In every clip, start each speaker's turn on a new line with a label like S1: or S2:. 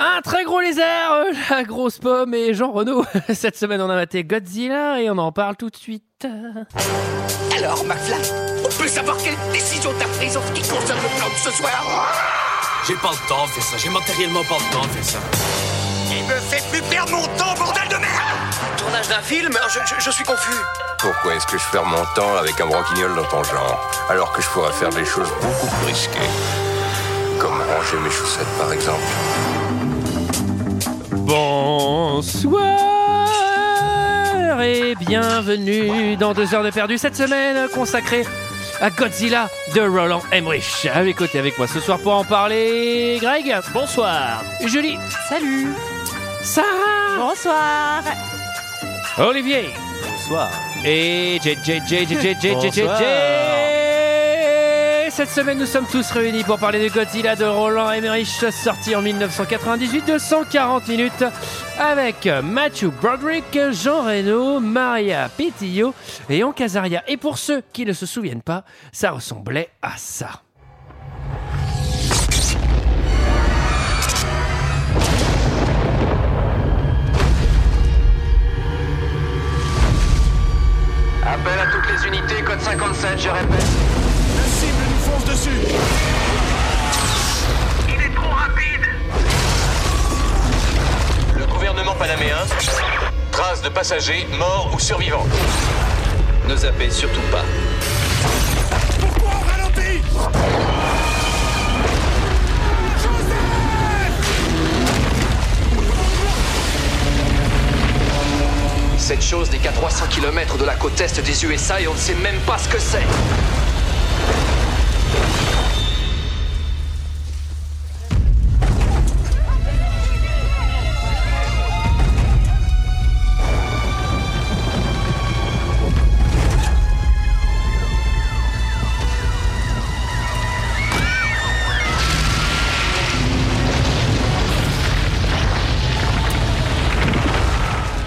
S1: Un très gros lézard, euh, la grosse pomme et Jean Renault. Cette semaine, on a maté Godzilla et on en parle tout de suite.
S2: Alors, McFly, on peut savoir quelle décision t'as prise en ce qui concerne le plan de ce soir
S3: J'ai pas le temps de faire ça, j'ai matériellement pas le temps de faire ça.
S2: Il me fait plus perdre mon temps, bordel de merde
S4: Tournage d'un film je, je- je suis confus.
S5: Pourquoi est-ce que je perds mon temps avec un broquignol dans ton genre, alors que je pourrais faire des choses beaucoup plus risquées Comme ranger mes chaussettes, par exemple.
S1: Bonsoir et bienvenue dans deux heures de perdu cette semaine consacrée à Godzilla de Roland Emmerich. À mes côtés avec moi ce soir pour en parler, Greg. Bonsoir. Julie.
S6: Salut
S1: Sarah.
S6: Bonsoir
S1: Olivier.
S7: Bonsoir.
S1: Et
S7: Bonsoir.
S1: JJJJJJJJJ Cette semaine, nous sommes tous réunis pour parler de Godzilla de Roland Emmerich, sorti en 1998 de 140 minutes, avec Matthew Broderick, Jean Reno, Maria Pitillo et Anne Casaria. Et pour ceux qui ne se souviennent pas, ça ressemblait à ça.
S4: Appel à toutes les unités, code 57, je répète.
S2: Il est trop rapide
S3: Le gouvernement panaméen, trace de passagers morts ou survivants. Ne zappez surtout pas.
S2: Pourquoi on ralentit
S4: Cette chose n'est qu'à 300 km de la côte est des USA et on ne sait même pas ce que c'est.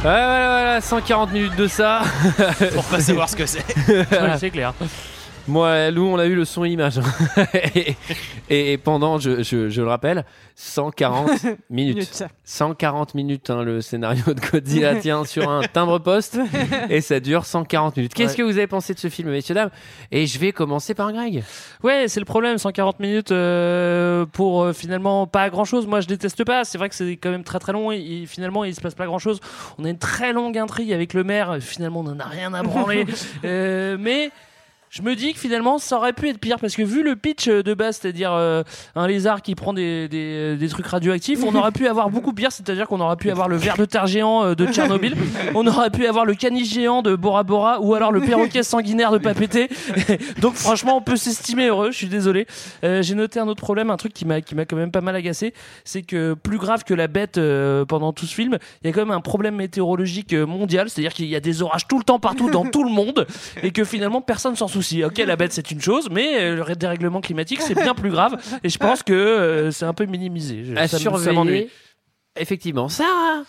S1: Voilà, voilà, voilà, 140 minutes de ça.
S7: Pour pas savoir ce que c'est.
S1: c'est clair. Moi, nous, on a eu le son et image. hein. et, et- et pendant, je, je- je le rappelle, 140 minutes.
S6: Minutes.
S1: 140 minutes, hein, le scénario de Godzilla tient sur un timbre-poste et ça dure 140 minutes. Qu'est-ce
S8: Ouais.
S1: que vous avez pensé de ce film, messieurs, dames Et je vais commencer par Greg.
S8: Ouais, c'est le problème, 140 minutes euh, pour euh, finalement pas grand chose. Moi, je déteste pas. C'est vrai que c'est quand même très très long. Et, et finalement, il se passe pas grand chose. On a une très longue intrigue avec le maire. Finalement, on en a rien à branler. Euh, mais. Je me dis que finalement ça aurait pu être pire parce que vu le pitch euh, de base, c'est-à-dire euh, un lézard qui prend des, des, des trucs radioactifs, on aurait pu avoir beaucoup pire, c'est-à-dire qu'on aurait pu avoir le ver de terre géant euh, de Tchernobyl, on aurait pu avoir le caniche géant de Bora Bora ou alors le perroquet sanguinaire de Papété. Donc franchement, on peut s'estimer heureux. Je suis désolé. Euh, J'ai noté un autre problème, un truc qui m'a qui m'a quand même pas mal agacé, c'est que plus grave que la bête euh, pendant tout ce film, il y a quand même un problème météorologique euh, mondial, c'est-à-dire qu'il y a des orages tout le temps partout dans tout le monde et que finalement personne s'en soucie. Ok, la bête c'est une chose, mais euh, le dérèglement climatique c'est bien plus grave et je pense que euh, c'est un peu minimisé. Je-
S1: À
S8: ça me- ça m'ennuie.
S1: surveiller. Effectivement, Sarah.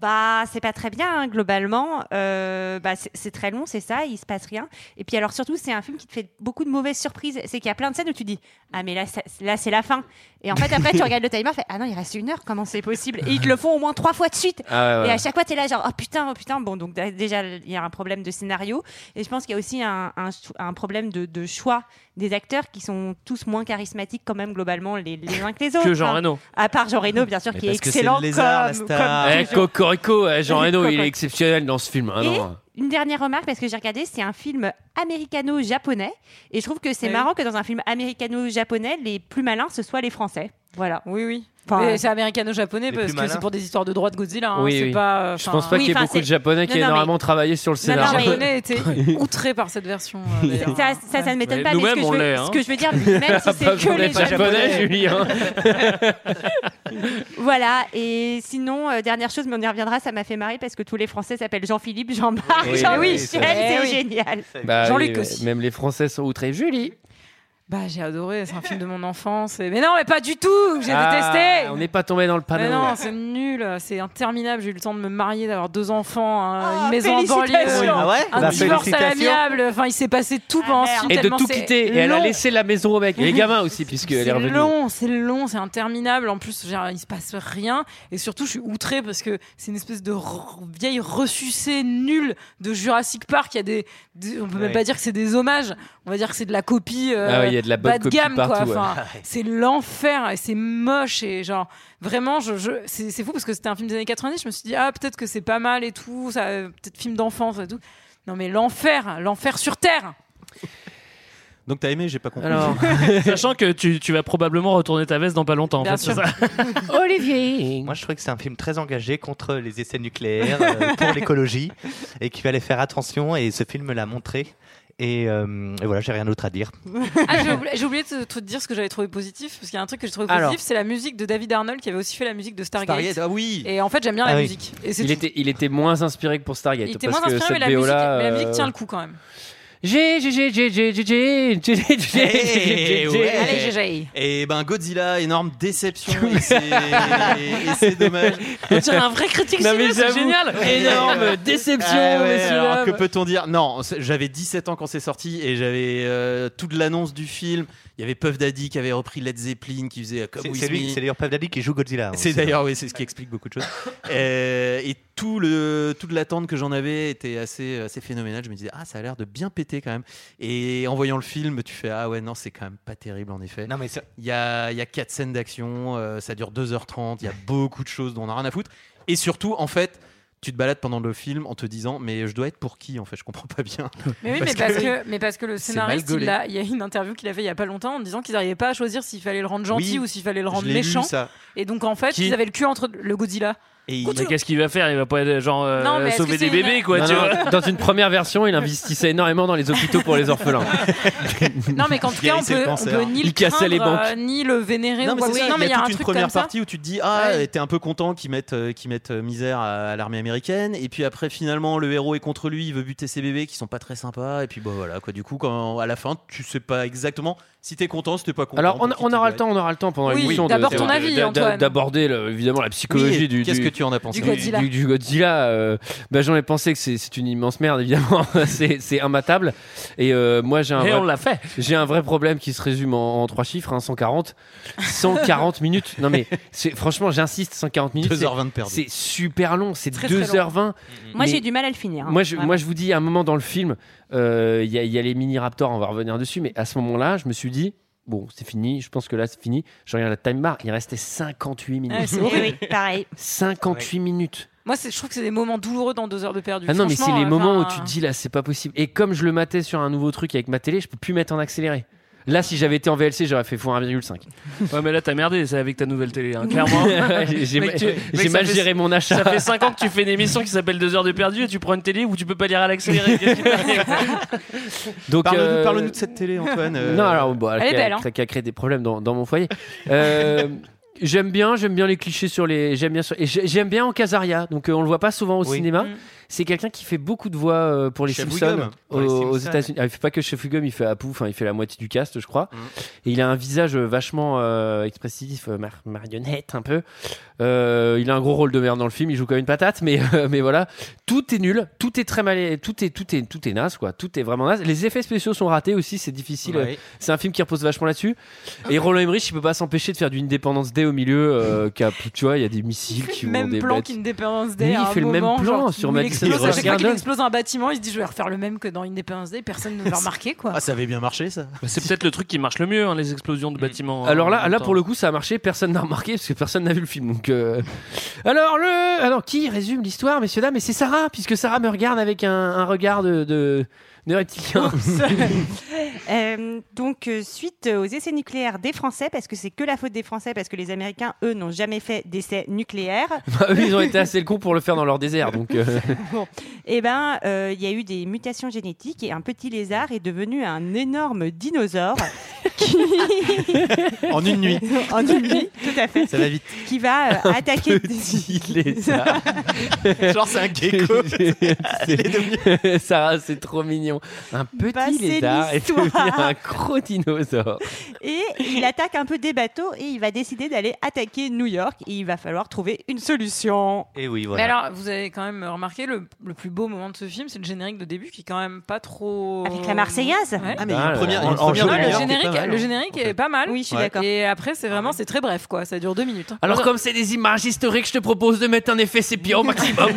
S6: Bah, c'est pas très bien, hein, globalement. Euh, bah, c'est c'est très long, c'est ça, il se passe rien. Et puis, alors, surtout, c'est un film qui te fait beaucoup de mauvaises surprises. C'est qu'il y a plein de scènes où tu dis Ah, mais là, ça- là c'est la fin. Et en fait, après, tu regardes le timer, tu fais Ah non, il reste une heure, comment c'est possible Et ils te le font au moins trois fois de suite.
S1: Ah, ouais,
S6: Et
S1: ouais.
S6: à chaque fois, t'es là, genre, oh putain, oh putain. Bon, donc d- déjà, il y a un problème de scénario. Et je pense qu'il y a aussi un, un ch- un problème de, de choix des acteurs qui sont tous moins charismatiques, quand même, globalement, les, les uns que les autres.
S8: Que Jean
S6: hein.
S8: Reno.
S6: À part Jean Reno, bien sûr,
S7: Mais
S6: qui est
S7: parce que c'est
S6: excellent.
S7: le lézard, la
S6: comme-
S7: star.
S6: comme
S1: Eh,
S6: toujours.
S1: Cocorico, eh, Jean
S6: Oui,
S1: Reno, il
S6: Cocorico.
S1: est exceptionnel dans ce film. Ah,
S6: Et-
S1: non.
S6: Une dernière remarque, parce que j'ai regardé, c'est un film américano-japonais. Et je trouve que c'est
S9: Oui.
S6: marrant que dans un film américano-japonais, les plus malins, ce soit les Français. Voilà.
S9: Oui, oui.
S6: Enfin,
S9: Mais c'est américano-japonais
S7: les
S9: parce
S7: plus
S9: que c'est
S7: malins.
S9: pour des histoires de droits de Godzilla. hein,
S1: Oui,
S9: c'est
S1: oui.
S9: pas, euh,
S1: Je pense
S9: enfin,
S1: pas
S6: oui,
S1: qu'il y ait
S6: Ah, enfin,
S1: beaucoup de
S6: c'est-
S1: Japonais qui
S6: Non,
S1: aient
S6: non, mais-
S1: énormément travaillé sur le
S9: Les
S1: scénario.
S9: japonais étaient outrés par cette version. euh, d'ailleurs.
S6: Ça, ça, ça ne m'étonne
S8: Mais
S6: pas. Mais ce
S8: nous-mêmes,
S6: que, je
S8: on l'est,
S6: veux,
S8: hein.
S6: ce que je veux dire, même si c'est que les
S1: pas japonais,
S6: Japonais.
S1: Julie. hein.
S6: Voilà. Et sinon, euh, dernière chose, mais on y reviendra, ça m'a fait marrer parce que tous les Français s'appellent Jean-Philippe, Jean-Marc,
S1: Oui, oui,
S6: Jean-Michel.
S9: Eh oui,
S6: c'est
S9: oui.
S6: génial.
S1: Bah,
S9: Jean-Luc
S1: oui,
S9: aussi.
S1: Même les Français sont outrés. Julie.
S9: Bah, j'ai adoré, c'est un film de mon enfance. et- Mais non, mais pas du tout J'ai
S1: Ah,
S9: détesté
S1: On n'est pas tombé dans le
S9: Mais
S1: panneau.
S9: non, c'est nul, c'est interminable. J'ai eu le temps de me marier, d'avoir deux enfants, un-
S6: Ah,
S9: une maison en banlieue,
S6: félicitations.
S9: un
S10: Ah ouais
S9: un
S10: Bah,
S9: divorce à
S10: félicitations.
S9: l'amiable. Enfin, il s'est passé tout
S6: Ah,
S9: pendant ce
S6: merde.
S9: film.
S1: et de
S9: tellement
S1: tout
S9: c'est
S1: quitter. Et elle a
S9: long.
S1: laissé la maison au mec. Et les gamins aussi, puisqu'elle est
S9: C'est
S1: revenue.
S9: long, c'est long, c'est interminable. En plus, genre, il se passe rien. Et surtout, je suis outrée parce que c'est une espèce de r- vieille ressucée nulle de Jurassic Park. Il y a des, des- on peut même
S1: Ouais.
S9: pas dire que c'est des hommages. On va dire que c'est de la copie euh,
S1: Ah ouais, il y a de la bonne
S9: bas de
S1: copie
S9: gamme.
S1: partout, ouais.
S9: quoi. Enfin, c'est l'enfer et c'est moche et genre vraiment, je, je- c'est c'est fou parce que c'était un film des années 90. Je me suis dit ah peut-être que c'est pas mal et tout, ça euh, peut-être film d'enfance et tout. Non mais l'enfer, l'enfer sur terre.
S10: Donc t'as aimé, j'ai pas compris.
S1: Alors,
S8: Sachant que tu, tu vas probablement retourner ta veste dans pas longtemps. En
S9: Bien
S8: fait, c'est
S9: sûr.
S8: ça.
S1: Olivier.
S7: Moi, je trouvais que c'est un film très engagé contre les essais nucléaires, euh, pour l'écologie, et qu'il fallait faire attention. Et ce film l'a montré. Et, euh, et voilà, j'ai rien d'autre à dire.
S9: Ah, j'ai oublié- j'ai oublié de te, te dire ce que j'avais trouvé positif, parce qu'il y a un truc que j'ai trouvé
S7: Alors.
S9: positif, c'est la musique de David Arnold qui avait aussi fait la musique de Stargate.
S10: Stargate, ah oui
S9: Et en fait, j'aime bien
S7: Ah
S9: la
S7: oui.
S9: musique. Et c'est
S1: Il
S9: tout.
S1: était, il était moins inspiré que pour Stargate.
S9: Il était
S1: parce
S9: moins
S1: que
S9: inspiré, mais
S1: cette
S9: la musique,
S1: BO-là,
S9: mais la musique
S1: euh,
S9: tient le coup quand même.
S1: J'ai, j'ai, j'ai, j'ai, j'ai, j'ai, j'ai, j'ai, j'ai, j'ai, j'ai, j'ai.
S10: ouais.
S9: Allez, GG.
S10: Et ben Godzilla, énorme déception, et c'est- et c'est dommage.
S8: On dirait un vrai critique
S1: Non,
S8: ciné,
S1: mais
S8: c'est
S1: j'avoue.
S8: génial.
S1: Énorme déception,
S10: Ah ouais,
S1: messieurs.
S10: alors que
S1: dames.
S10: peut-on dire Non, c'est- j'avais 17 ans quand c'est sorti et j'avais euh, toute l'annonce du film. Il y avait Puff Daddy qui avait repris Led Zeppelin, qui faisait euh, Come
S7: C'est
S10: With
S7: c'est lui,
S10: Me.
S7: c'est d'ailleurs Puff Daddy qui joue Godzilla. hein,
S10: C'est
S7: aussi.
S10: d'ailleurs, oui, c'est ce qui explique beaucoup de choses. Euh, et tout le, toute l'attente que j'en avais était assez, assez phénoménale. Je me disais, ah, ça a l'air de bien péter quand même. Et en voyant le film, tu fais, ah ouais, non, c'est quand même pas terrible en effet.
S7: Non mais c'est-
S10: Il y a, il y a quatre scènes d'action, euh, ça dure 2h30, il y a beaucoup de choses dont on n'a rien à foutre. Et surtout, en fait, tu te balades pendant le film en te disant, mais je dois être pour qui En fait, je comprends pas bien.
S9: Mais oui,
S10: Parce
S9: mais, parce
S10: que-
S9: que, mais parce que le
S10: C'est
S9: scénariste,
S10: mal
S9: il,
S10: gaulé.
S9: a, il y a une interview qu'il a fait il y a pas longtemps en disant qu'ils n'arrivaient pas à choisir s'il fallait le rendre gentil
S10: Oui,
S9: ou s'il fallait le
S10: je
S9: rendre
S10: l'ai lu,
S9: méchant.
S10: ça.
S9: Et donc en fait,
S10: Qui-
S9: ils avaient le cul entre le Godzilla.
S10: Et il-
S8: Mais qu'est-ce qu'il va faire Il va pas être genre euh,
S9: Non, mais est-ce
S8: sauver
S9: que
S8: des
S9: c'est une-
S8: bébés, quoi.
S1: Non,
S8: tu
S1: non,
S8: vois.
S1: dans une première version, il investissait énormément dans les hôpitaux pour les orphelins.
S9: Non, mais qu'en tout cas, on
S10: guérissait le
S9: peut, on
S10: cancer.
S9: peut ni le
S1: Il cassait les
S9: craindre,
S1: banques.
S9: euh, ni le vénérer.
S10: Non,
S9: ou
S10: mais
S9: quoi
S10: c'est
S9: que ce
S10: ça,
S9: soit. Non, mais
S10: il y a
S9: un
S10: toute une
S9: truc
S10: première
S9: comme ça.
S10: partie où tu te dis Ah,
S9: Ouais.
S10: t'es un peu content qu'ils mettent, euh, qu'ils mettent euh, misère à, à l'armée américaine. Et puis après, finalement, le héros est contre lui, il veut buter ses bébés qui sont pas très sympas. Et puis bah voilà, quoi. Du coup, quand, à la fin, tu sais pas exactement si t'es content, si t'es pas content.
S1: Alors, on,
S10: pour qui
S1: on
S10: tu
S1: aura
S10: dois
S1: le temps, on aura le temps pendant
S9: Oui,
S1: l'émission. de-
S9: d'abord ton
S1: de-
S9: avis,
S1: de- d'a-
S9: Antoine.
S1: D'aborder le- évidemment la
S10: être. Oui,
S1: psychologie
S10: et
S1: du.
S10: Qu'est-ce
S1: du-
S10: que tu en as pensé
S9: du Godzilla.
S1: du- du Godzilla, euh, bah, j'en ai pensé que c'est c'est une immense merde, évidemment. c'est c'est immatable. Et euh, moi, j'ai un,
S8: Et
S1: vrai-
S8: on l'a fait.
S1: j'ai un vrai problème qui se résume en, en trois chiffres hein, 140. 140 minutes. Non, mais c'est- franchement, j'insiste 140 minutes. c'est-
S10: 2h20 de perdu.
S1: C'est super long, c'est
S9: Très, très
S1: 2h20.
S6: Moi,
S1: Mais-
S6: j'ai eu du mal à le finir. hein,
S1: Moi je,
S6: vraiment.
S1: moi, je vous dis, à un moment dans le film, euh, il y, a- il y a les mini-raptors, on va revenir dessus, mais à ce moment-là, je me suis dit, bon, c'est fini, je pense que là, c'est fini. Je regarde la time bar, il restait 58 minutes.
S9: Ouais, c'est
S6: Eh oui, pareil.
S1: 58 minutes.
S9: Moi, c'est- je trouve que c'est des moments douloureux dans deux heures de perdu.
S1: Ah non, mais c'est
S9: Franchement,
S1: les
S9: euh,
S1: moments où
S9: enfin,
S1: tu te dis, là, c'est pas possible. Et comme je le matais sur un nouveau truc avec ma télé, je peux plus mettre en accéléré. Là, si j'avais été en VLC, j'aurais fait x1,5.
S8: Ouais, mais là t'as merdé. C'est avec ta nouvelle télé, hein, clairement.
S1: J'ai- J'ai
S8: Mec, tu- mec,
S1: j'ai
S8: ça
S1: mal
S8: fait-
S1: géré mon achat.
S8: Ça fait 5 ans que tu fais une émission qui s'appelle 2 heures de perdu et tu prends une télé où tu peux pas lire à l'accéléré. Qu'est-ce qui t'arrive
S1: Donc,
S10: Parle-nous
S1: euh,
S10: parle-nous de cette télé, Antoine. euh,
S1: Non, alors, bon,
S9: Elle est
S1: qui a-
S9: belle, hein.
S1: qui a- qui a créé des problèmes dans, dans mon foyer. Euh, j'aime bien, j'aime bien les clichés sur les. J'aime bien, sur- et j'ai- j'aime bien en Casaria, donc euh, on le voit pas souvent au
S7: Oui.
S1: cinéma.
S9: Mm.
S1: C'est quelqu'un qui fait beaucoup de voix euh, pour les
S10: Chef
S1: Simpsons
S10: Wiggum.
S1: aux,
S7: Pour les Simpsons.
S1: aux États-Unis. Ah, il fait pas que Chef Wiggum, il fait Apu, enfin, il fait la moitié du cast, je crois.
S10: Mm.
S1: Et il a un visage euh, vachement euh, expressif, euh, mar- marionnette un peu. Euh, il a un gros rôle de merde dans le film, il joue comme une patate, mais, euh, mais voilà. Tout est nul, tout est très mal, tout est, tout est, tout est naze, quoi. Tout est vraiment naze. Les effets spéciaux sont ratés aussi, c'est difficile.
S10: ouais.
S1: C'est un film qui repose vachement là-dessus. Et Roland Emmerich, il peut pas s'empêcher de faire du Independence Day au milieu. euh, qui a- tu vois, il y a des missiles qui ont
S9: Même
S1: oh, des
S9: plan
S1: bêtes.
S9: qu'Independence
S1: Lui,
S9: Day. à
S1: il
S9: un
S1: fait le même
S9: moment,
S1: plan
S9: genre,
S1: sur
S9: où il
S1: Matt
S10: Dillon.
S9: explose, À chaque fois qu'il
S1: Regarde.
S9: explose un bâtiment, il se dit Je vais refaire le même que dans Independence Day, personne ne va remarquer quoi.
S10: Ah, ça avait bien marché, ça.
S8: Bah, C'est peut-être le truc qui marche le mieux, hein, les explosions de bâtiments.
S1: Mm.
S8: hein,
S1: Alors là, là pour le coup, ça a marché. Personne n'a remarqué parce que personne n'a vu le film. Donc, euh, alors le, alors qui résume l'histoire, messieurs dames Et c'est Sarah, puisque Sarah me regarde avec un, un regard de, de, de reptilien.
S6: Euh, donc, euh, suite aux essais nucléaires des Français, parce que c'est que la faute des Français, parce que les Américains, eux, n'ont jamais fait d'essais nucléaires,
S1: Bah, eux, ils ont été assez le con pour le faire dans leur désert. Donc, euh,
S6: eh ben, euh, il y a eu des mutations génétiques et un petit lézard est devenu un énorme dinosaure qui,
S10: En une nuit.
S6: en une nuit, tout à fait,
S10: Ça va vite.
S6: qui va euh, attaquer
S1: petit lézard.
S10: Genre, c'est un gecko.
S1: Sarah, c'est trop mignon. mignon. Un petit
S6: Bah, c'est
S1: lézard et
S6: l'histoire.
S1: devenir un gros dinosaure.
S6: Et il attaque un peu des bateaux et il va décider d'aller attaquer New York. Et il va falloir trouver une solution.
S7: Et oui,
S9: Mais
S7: voilà.
S9: alors, vous avez quand même remarqué le, le plus beau moment de ce film, c'est le générique de début qui est quand même pas trop.
S6: Avec la Marseillaise
S9: Ouais.
S10: Ah, mais il y a
S1: Ah,
S10: une
S1: là,
S10: première.
S7: en-
S10: une
S7: en
S10: première
S7: jeu,
S9: Non,
S10: lumière
S9: le
S10: qui est
S9: générique,
S10: pas mal,
S9: le
S10: hein,
S9: générique
S10: en fait.
S9: est pas mal.
S6: Oui, je suis
S10: Ouais.
S6: d'accord.
S9: Et après, c'est vraiment, c'est très bref, quoi. Ça dure deux minutes.
S1: Ah Alors comme c'est des images historiques, je te propose de mettre un effet sépia au maximum.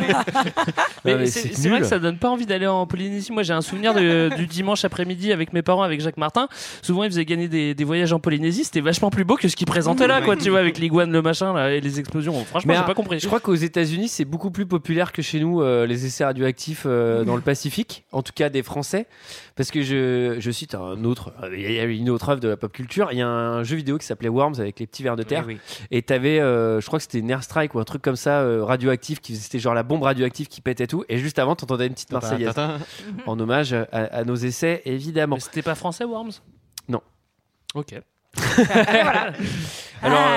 S8: Mais
S1: Non, mais
S8: c'est
S1: c'est
S8: c'est vrai
S1: nul.
S8: que ça donne pas envie d'aller en Polynésie. Moi, j'ai un souvenir de- du dimanche après-midi avec mes parents, avec Jacques Martin. Souvent, ils faisaient gagner des, des voyages en Polynésie. C'était vachement plus beau que ce qu'ils présentaient là, quoi. Tu vois, avec l'iguane, le machin, là, et les explosions. Franchement,
S1: Mm. Mais
S8: j'ai
S1: alors,
S8: pas compris.
S1: Je crois qu'aux États-Unis, c'est beaucoup plus populaire que chez nous euh, les essais radioactifs euh, dans le Pacifique, en tout cas des Français, parce que je, je cite un autre, euh, il y a une autre œuvre de la pop culture. Il y a un jeu vidéo qui s'appelait Worms avec les petits vers de terre,
S7: Oui,
S1: et t'avais, euh, je crois que c'était une air strike ou un truc comme ça euh, radioactif, qui c'était genre la bombe radioactive qui pétait tout, et juste avant, t'entendais une petite Marseillaise
S10: Tintin.
S1: en hommage à, à nos essais, évidemment.
S8: Mais C'était pas français, Worms
S1: Non.
S8: Ok.
S6: ah,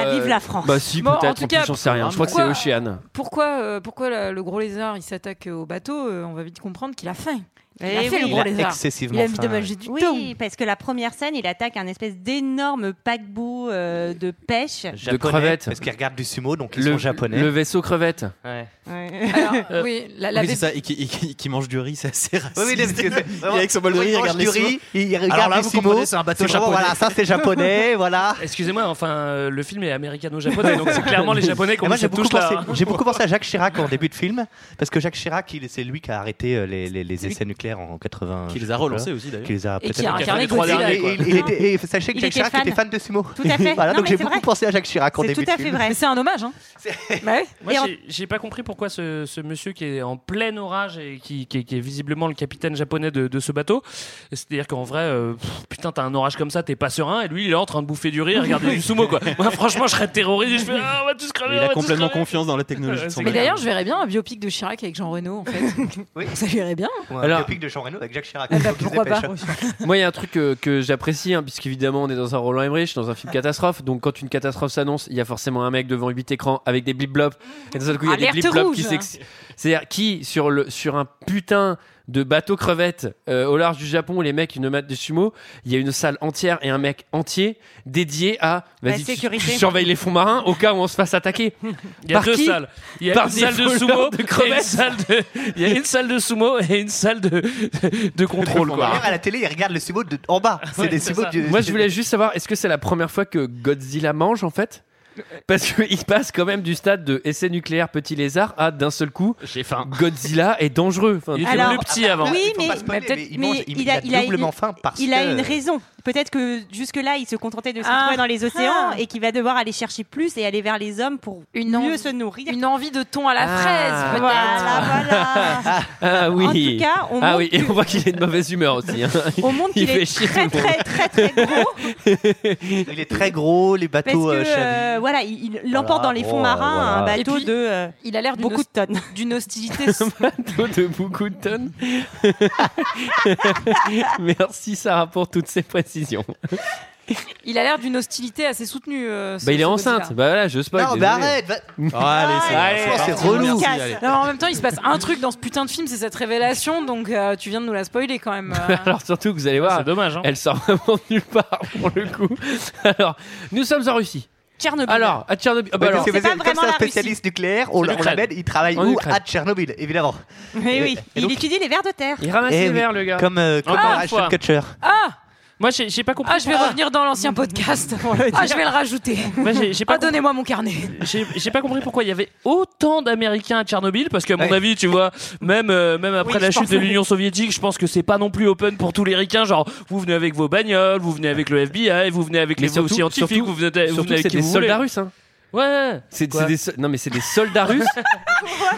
S1: euh,
S6: vive la France
S1: Bah si,
S9: Bon, en
S1: peut-être.
S9: tout
S1: En, plus,
S9: cas,
S1: j'en sais rien. Je crois que c'est
S9: pourquoi-
S1: Ocean.
S9: Pourquoi, euh, pourquoi la- le gros lézard il s'attaque au bateau euh, On va vite comprendre qu'il a faim. Il a
S6: Eh
S9: fait
S6: oui.
S9: le
S7: Il
S9: gros
S7: a
S9: lézard. Il
S7: excessivement
S9: a envie
S7: faim,
S9: de manger du
S6: Oui,
S9: thon.
S6: parce que la première scène, il attaque un espèce d'énorme paquebot euh, de pêche.
S7: ouais. Japonais,
S1: crevettes.
S7: Parce qu'ils regardent du sumo, donc ils sont japonais.
S1: le vaisseau crevette.
S7: Ouais.
S6: Ouais.
S9: Alors, oui, la, la
S10: Oui, c'est
S9: vaisselle-
S10: ça, et qui, et qui- qui mange du riz, c'est assez raciste.
S7: Oui, oui, parce que c'est- vraiment,
S10: avec son bol de riz, il
S7: mange
S10: regarde
S7: du
S10: les
S7: riz, il regarde
S10: Alors là,
S7: les
S10: vous
S7: sumo,
S10: comprenez, c'est un bateau
S7: vraiment,
S10: japonais.
S7: Voilà, ça c'est japonais, voilà.
S8: Excusez-moi, enfin, euh, le film est américano-japonais, donc c'est clairement les japonais
S7: Et
S8: qu'on
S7: moi,
S8: se
S7: j'ai beaucoup,
S8: touche là.
S7: pensé, j'ai beaucoup pensé à Jacques Chirac en début de film, parce que Jacques Chirac, il- c'est lui qui a arrêté euh, les, les- les essais nucléaires en 80.
S10: Qui
S7: je sais
S10: les a
S7: pas quoi.
S10: relancés aussi d'ailleurs.
S7: Qui les a
S9: Et qui
S7: peut-être-
S9: a incarné
S8: les trois
S9: Godzilla.
S8: derniers,
S7: Et-
S8: quoi.
S7: et- il était- et sachez que
S6: Il était
S7: Jacques Chirac
S6: fan.
S7: était fan de sumo.
S6: Tout à fait.
S7: Voilà,
S6: Non,
S7: donc
S6: mais
S7: j'ai
S6: c'est
S7: beaucoup
S6: vrai.
S7: pensé à Jacques Chirac en
S6: C'est
S7: début
S6: tout
S7: de
S6: à fait
S7: film.
S6: vrai.
S9: Mais c'est un hommage. Hein. Ouais.
S8: Moi,
S6: Et en-
S8: j'ai- j'ai pas compris pourquoi ce, ce monsieur qui est en plein orage et qui, qui est- qui est visiblement le capitaine japonais de, de ce bateau, c'est-à-dire qu'en vrai, euh, pff, putain, t'as un orage comme ça, t'es pas serein, et lui, il est en train de bouffer du rire, regarder du sumo, quoi. Moi, franchement, je serais terrorisé, je fais, ah, on va tous crever,
S10: Il
S8: on
S10: a
S8: va tous
S10: complètement
S8: crever.
S10: confiance dans la technologie de son
S8: Mais
S9: Mais
S10: mec.
S9: d'ailleurs, je verrais bien un biopic de Chirac avec Jean Reno, en fait.
S7: Oui.
S9: Ça lui irait bien.
S7: Ou un
S1: Alors-
S7: biopic de Jean Reno avec Jacques Chirac.
S9: Ah bah,
S7: Faut qu'ils se
S9: pourquoi pas
S7: dépêchent.
S1: Moi, il y a un truc que, que j'apprécie, hein, puisqu'évidemment, on est dans un Roland Emmerich, dans un film catastrophe. Donc, quand une catastrophe s'annonce, il y a forcément un mec devant 8 écrans avec des blip-blops. Et d'un seul coup, il y a des
S9: Alerte
S1: blip-blops
S9: rouge.
S1: qui s'excitent. C'est-à-dire, qui, sur, le, sur un putain de bateau crevette euh, au large du Japon, où les mecs, une mat de sumo, il y a une salle entière et un mec entier dédié à.
S6: La
S1: Vas-y, tu,
S6: sécurité.
S1: tu surveilles les fonds marins au cas où on se fasse attaquer.
S8: Il y a
S1: Par
S8: deux
S1: qui
S8: salles. Il y a
S1: Par
S8: une
S1: des
S8: salle de
S1: voleurs
S8: sumo,
S1: de
S8: et une
S1: crevettes.
S8: salle de- il y a une salle de sumo et une salle de, de contrôle, quoi.
S7: D'ailleurs, à la télé, ils regardent le sumo de- en bas. C'est
S8: Ouais,
S7: des
S8: c'est
S7: sumos
S8: ça.
S7: du-
S1: Moi, je voulais juste savoir, est-ce que c'est la première fois que Godzilla mange en fait Parce qu'il passe quand même du stade de essai nucléaire petit lézard à d'un seul coup
S8: J'ai faim.
S1: Godzilla est dangereux. Enfin,
S8: Il était
S6: Alors- bah,
S8: plus petit avant.
S6: Oui,
S7: Faut
S6: mais-
S7: pas se
S6: mais
S7: spoiler,
S6: peut-être-
S7: mais il
S6: mais
S7: mange- il- il a
S6: il a-
S7: doublement faim parce
S6: Il a
S7: que-
S6: une raison. Peut-être que jusque-là, il se contentait de se
S9: Ah.
S6: trouver dans les océans
S9: Ah.
S6: et qu'il va devoir aller chercher plus et aller vers les hommes pour
S9: Une
S6: mieux
S9: envie,
S6: se nourrir.
S9: une envie de thon à la
S1: Ah.
S9: fraise, peut-être.
S6: Voilà, voilà.
S1: Ah oui.
S6: En tout cas, on
S1: ah
S6: montre
S1: oui, et on voit qu'il est de mauvaise humeur aussi. hein.
S6: On montre
S1: Il
S6: qu'il est
S1: fait chier
S6: très,
S1: tout le
S6: très, très, très gros.
S7: Il est très gros, les
S6: Parce
S7: bateaux. euh,
S6: que,
S7: chavirent.
S6: euh, voilà, il il l'emporte
S7: Voilà,
S6: dans les fonds
S7: bon,
S6: marins
S7: voilà.
S6: un
S9: Et
S6: bateau
S9: puis,
S6: de euh,
S9: Il a l'air d'une
S6: beaucoup de tonnes.
S9: os- d'une hostilité.
S1: Bateau de beaucoup de tonnes. Merci Sarah pour toutes ces précisions.
S9: il a l'air d'une hostilité assez soutenue. euh, ce-
S1: Bah, il est
S9: ce
S1: enceinte.
S9: Godzilla.
S1: Bah voilà, je spoil.
S7: Non, mais
S1: désolé. Oh,
S7: arrête va-
S10: allez,
S6: Ah,
S10: c'est-
S7: allez,
S10: c'est
S7: c'est
S10: parti.
S7: relou.
S10: Merci,
S6: Casse.
S10: allez.
S9: Non, mais en même temps, il se passe un truc dans ce putain de film, c'est cette révélation. Donc, euh, tu viens de nous la spoiler quand même. euh.
S1: Alors surtout que vous allez voir,
S8: C'est dommage, hein.
S1: elle sort vraiment de nulle part pour le coup. Alors, nous sommes en Russie.
S6: Tchernobyl.
S1: Alors, à Tchernobyl. ah bah
S7: Ouais,
S1: alors,
S7: parce que
S6: c'est
S7: vous
S6: pas
S7: êtes- comme
S6: vraiment
S7: c'est un
S6: la
S7: spécialiste nucléaire, on,
S8: C'est
S7: on
S8: l'Ukraine.
S7: l'amène, il travaille
S1: En
S7: où
S1: Ukraine.
S7: À Tchernobyl, évidemment.
S6: Mais oui,
S7: et
S6: il
S7: donc-
S6: étudie les vers de terre.
S1: il ramasse
S7: Eh
S1: les
S7: oui.
S1: verres, le gars.
S7: Comme, euh, comme
S8: Encore
S7: dans
S8: une fois.
S7: Ashton Kutcher.
S9: Ah,
S8: Moi, j'ai j'ai pas compris.
S9: ah, je vais revenir dans l'ancien podcast. Ah, je vais le rajouter.
S8: Moi, j'ai j'ai pas
S9: Ah, donnez-moi mon carnet.
S8: J'ai j'ai pas compris pourquoi il y avait autant d'Américains à Tchernobyl, parce qu'à mon
S7: Ouais.
S8: avis, tu vois, même, euh, même après
S9: Oui,
S8: la
S9: je
S8: chute
S9: pense.
S8: de l'Union soviétique, je pense que c'est pas non plus open pour tous les ricains. Genre, vous venez avec vos bagnoles, vous venez avec le FBI, vous venez avec
S1: Mais
S8: les
S1: surtout-
S8: scientifiques,
S1: surtout-
S8: vous venez, vous
S1: Surtout
S8: venez
S1: que
S8: avec
S1: c'est
S8: qui
S1: des
S8: vous
S1: soldats
S8: voulez.
S1: russes. Hein.
S8: Ouais,
S1: C'est c'est
S8: Quoi
S1: des so- non mais c'est des soldats russes.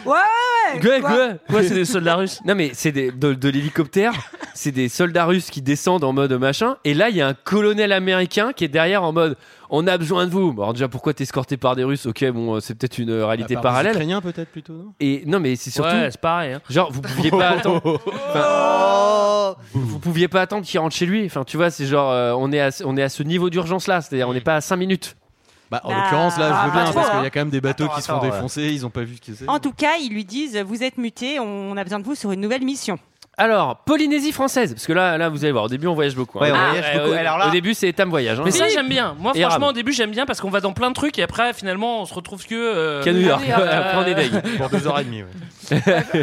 S9: Ouais, ouais,
S1: Quoi,
S9: quoi.
S1: quoi
S8: ouais c'est des soldats russes.
S1: Non mais c'est des de, de l'hélicoptère. C'est des soldats russes qui descendent en mode machin. Et là il y a un colonel américain qui est derrière en mode on a besoin de vous. Bon alors déjà pourquoi t'es escorté par des Russes Ok bon euh, c'est peut-être une euh, réalité
S10: Par des
S1: parallèle.
S10: Ukrainiens, peut-être plutôt, non
S1: Et non mais c'est surtout
S8: Ouais, c'est pareil. hein.
S1: genre vous pouviez pas attendre. Enfin, vous pouviez pas attendre qu'il rentre chez lui. Enfin tu vois c'est genre euh, on est à, ce- on est à ce niveau d'urgence là. C'est-à-dire on n'est pas à 5 minutes.
S10: Bah, en
S6: Bah,
S10: l'occurrence, là, je veux
S9: pas
S10: bien,
S9: trop,
S10: parce
S9: hein.
S10: qu'il y a quand même des bateaux
S7: Attends,
S10: qui se font
S7: attends,
S10: défoncer, ils ont pas vu ce que c'est.
S6: En tout cas, ils lui disent Vous êtes muté, on a besoin de vous sur une nouvelle mission.
S1: Alors, Polynésie française, parce que là, là, vous allez voir, au début, on voyage beaucoup. hein.
S7: Ouais, on
S1: Ah,
S7: voyage
S1: euh,
S7: beaucoup.
S1: au-
S7: Alors là-
S1: Au début, c'est Tam Voyage. hein.
S8: Mais ça,
S1: Bip
S8: j'aime bien. Moi,
S1: Et
S8: franchement,
S1: Aram.
S8: au début, j'aime bien parce qu'on va dans plein de trucs et après, finalement, on se retrouve que. euh,
S1: Qu'à New York.
S8: euh,
S1: Après, on est deg.
S10: hein. Pour deux heures et demie, ouais.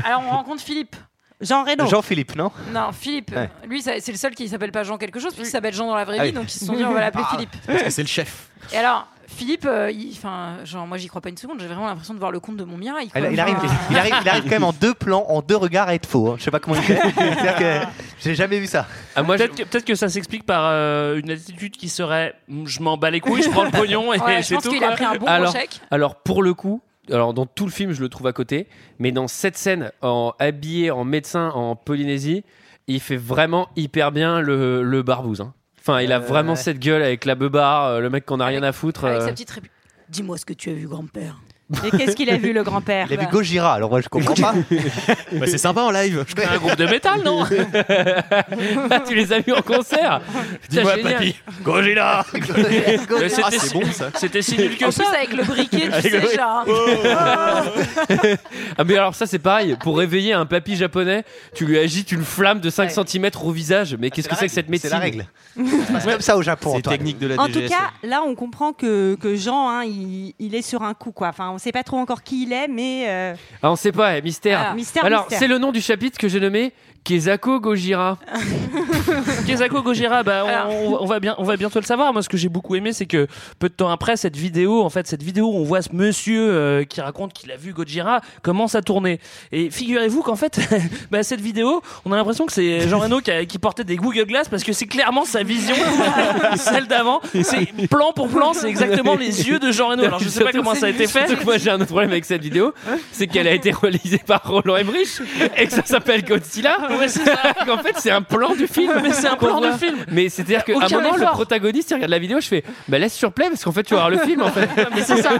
S9: Alors on rencontre Philippe.
S6: Jean Reno.
S7: Jean-Philippe, non
S9: Non, Philippe.
S7: Ouais.
S9: Lui, ça- c'est le seul qui s'appelle pas Jean quelque chose, puisqu'il s'appelle Jean dans la vraie vie,
S7: Ah oui.
S9: donc ils se sont dit on va l'appeler Philippe.
S10: Parce que c'est le chef.
S9: Et alors, Philippe, euh, il- enfin, genre, moi, j'y crois pas une seconde. J'ai vraiment l'impression de voir le compte de mon miracle. quoi.
S7: Il, il arrive,
S9: Enfin,
S7: il, arrive, il arrive quand même en deux plans, en deux regards à être faux. hein. Je sais pas comment il fait. C'est-à-dire que j'ai jamais vu ça.
S1: Ah, moi, je-
S8: Peut-être que, peut-être que ça s'explique par euh, une attitude qui serait je m'en bats les couilles, je prends le pognon et
S9: ouais, je
S8: c'est
S9: pense
S8: tout.
S9: qu'il a
S8: quoi.
S9: pris un bon
S1: Alors-
S9: gros chèque.
S1: Alors, pour le coup, alors dans tout le film, je le trouve à côté, mais dans cette scène, en habillé en médecin en Polynésie, il fait vraiment hyper bien le, le barbouze. hein. Enfin, il a
S7: Euh,
S1: vraiment
S7: ouais.
S1: cette gueule avec la beubare, euh, le mec qu'on a rien à foutre.
S9: Avec
S1: euh.
S9: sa petite répu- Dis-moi ce que tu as vu, grand-père.
S6: Et qu'est-ce qu'il a vu, le grand-père Bah.
S7: Il a vu Gojira, alors moi je comprends pas.
S10: Bah, c'est sympa en live.
S8: Un groupe de métal, non
S1: Ah, tu les as vus en concert Putain,
S10: Dis-moi,
S1: génial.
S10: papy, Gojira
S8: Euh,
S7: Gojira.
S10: Ah,
S8: C'était
S10: c'est
S8: si-
S10: bon ça
S8: c'était si nul
S9: En
S8: que
S9: plus,
S8: ça.
S9: avec le briquet, tu
S10: Avec
S9: sais,
S10: le-
S9: genre.
S7: Oh.
S1: Ah, mais alors, ça, c'est pareil. Pour réveiller un papy japonais, tu lui agites une flamme de 5
S9: Ouais.
S1: cm au visage. Mais qu'est-ce que c'est que cette médecine
S7: Ah, C'est la règle. C'est comme ça au Japon.
S10: C'est
S7: Antoine.
S10: technique de la
S6: En
S10: DGSE.
S6: tout cas, là, on comprend que, que Jean, hein, il, il est sur un coup, quoi. Enfin, on sait pas trop encore qui il est, mais euh,
S1: Ah, on sait pas, eh, mystère.
S9: Ah.
S6: mystère,
S1: alors,
S6: mystère.
S1: c'est le nom du chapitre que j'ai nommé Kezako Gojira.
S8: Kezako Gojira, bah, on-
S9: Alors-
S8: on, on va bien, on va bientôt le savoir. Moi, ce que j'ai beaucoup aimé, c'est que peu de temps après cette vidéo, en fait, cette vidéo où on voit ce monsieur euh, qui raconte qu'il a vu Gojira commence à tourner. Et figurez-vous qu'en fait, bah, cette vidéo, on a l'impression que c'est Jean Reno qui, a- qui portait des Google Glass parce que c'est clairement sa vision, celle d'avant. C'est plan pour plan, c'est exactement les yeux de Jean Reno. Alors, je sais pas
S1: Surtout
S8: comment
S1: que
S8: ça a
S1: c'est-
S8: été fait.
S1: Surtout que moi j'ai un autre problème avec cette vidéo, c'est qu'elle a été réalisée par Roland Emmerich et que ça s'appelle Godzilla.
S8: Ouais, c'est ça.
S1: En fait, c'est un plan du film.
S8: Mais c'est un
S1: qu'on
S8: plan de
S1: voit.
S8: film.
S1: Mais c'est-à-dire qu'à un
S8: Aucun
S1: moment, le
S8: effort.
S1: protagoniste il regarde la vidéo, je fais bah laisse sur play parce qu'en fait tu vas voir Ah, le film. En fait.
S8: Mais c'est ça.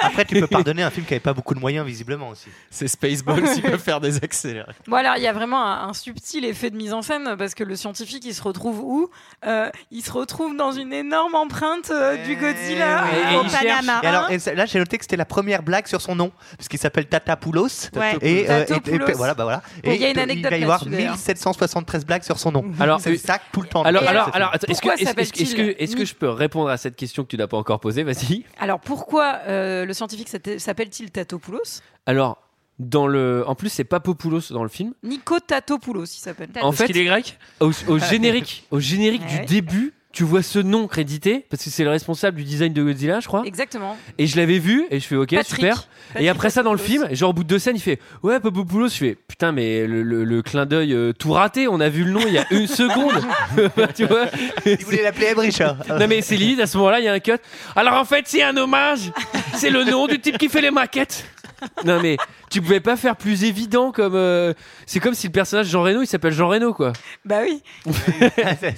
S7: Après, tu peux pardonner un film qui avait pas beaucoup de moyens, visiblement aussi.
S10: C'est Spaceball qui peut faire des accélérés.
S9: Bon alors il y a vraiment un, un subtil effet de mise en scène parce que le scientifique il se retrouve où Euh, Il se retrouve dans une énorme empreinte euh, du
S7: Eh
S9: Godzilla.
S7: oui.
S1: Et
S6: au
S1: il
S6: Panama.
S7: Et alors, et ça- là, j'ai noté que c'était la première blague sur son nom, parce qu'il s'appelle Tatapoulos.
S6: Ouais.
S7: Et, euh, et- et-
S9: Tatopoulos.
S7: voilà, bah voilà.
S9: Bon,
S7: Et
S9: il y a une
S7: euh,
S9: anecdote
S7: va y avoir
S9: là-dessus, d'ailleurs.
S7: 1773 blagues sur son nom.
S6: Mhm.
S1: Alors, euh,
S7: c'est ça tout le temps.
S1: Alors,
S9: Et
S1: alors,
S7: ce
S1: alors, attends, est-ce que,
S9: Pourquoi
S1: est-ce- est-ce- est-ce que,
S9: s'appelle-t-il
S1: est-ce que je peux répondre à cette question que tu n'as pas encore posée Vas-y.
S9: Alors pourquoi euh, le scientifique s'atte- s'appelle-t-il Tatopoulos
S1: Alors, dans le, en plus, c'est Papopoulos dans le film.
S9: Nico Tatopoulos il s'appelle.
S1: En
S8: Parce
S1: fait,
S8: qu'il est grec.
S1: au, au générique, au générique
S9: Ouais.
S1: du début, tu vois ce nom crédité parce que c'est le responsable du design de Godzilla, je crois.
S9: Exactement.
S1: Et je l'avais vu et je fais OK,
S9: Patrick.
S1: super.
S9: Patrick
S1: Et après ça, dans le
S9: Tatopoulos.
S1: film, genre au bout de deux scènes, il fait Ouais, Papopoulos. Je fais Putain, mais le, le- le clin d'œil euh, tout raté, on a vu le nom il y a une seconde. tu vois
S7: Il voulait l'appeler Emmerich. hein.
S1: Non, mais c'est limite à ce moment-là, il y a un cut. Alors en fait, c'est un hommage. C'est le nom du type qui fait les maquettes. Non, mais tu pouvais pas faire plus évident comme. euh, C'est comme si le personnage Jean Reno, il s'appelle Jean Reno, quoi.
S9: Bah oui.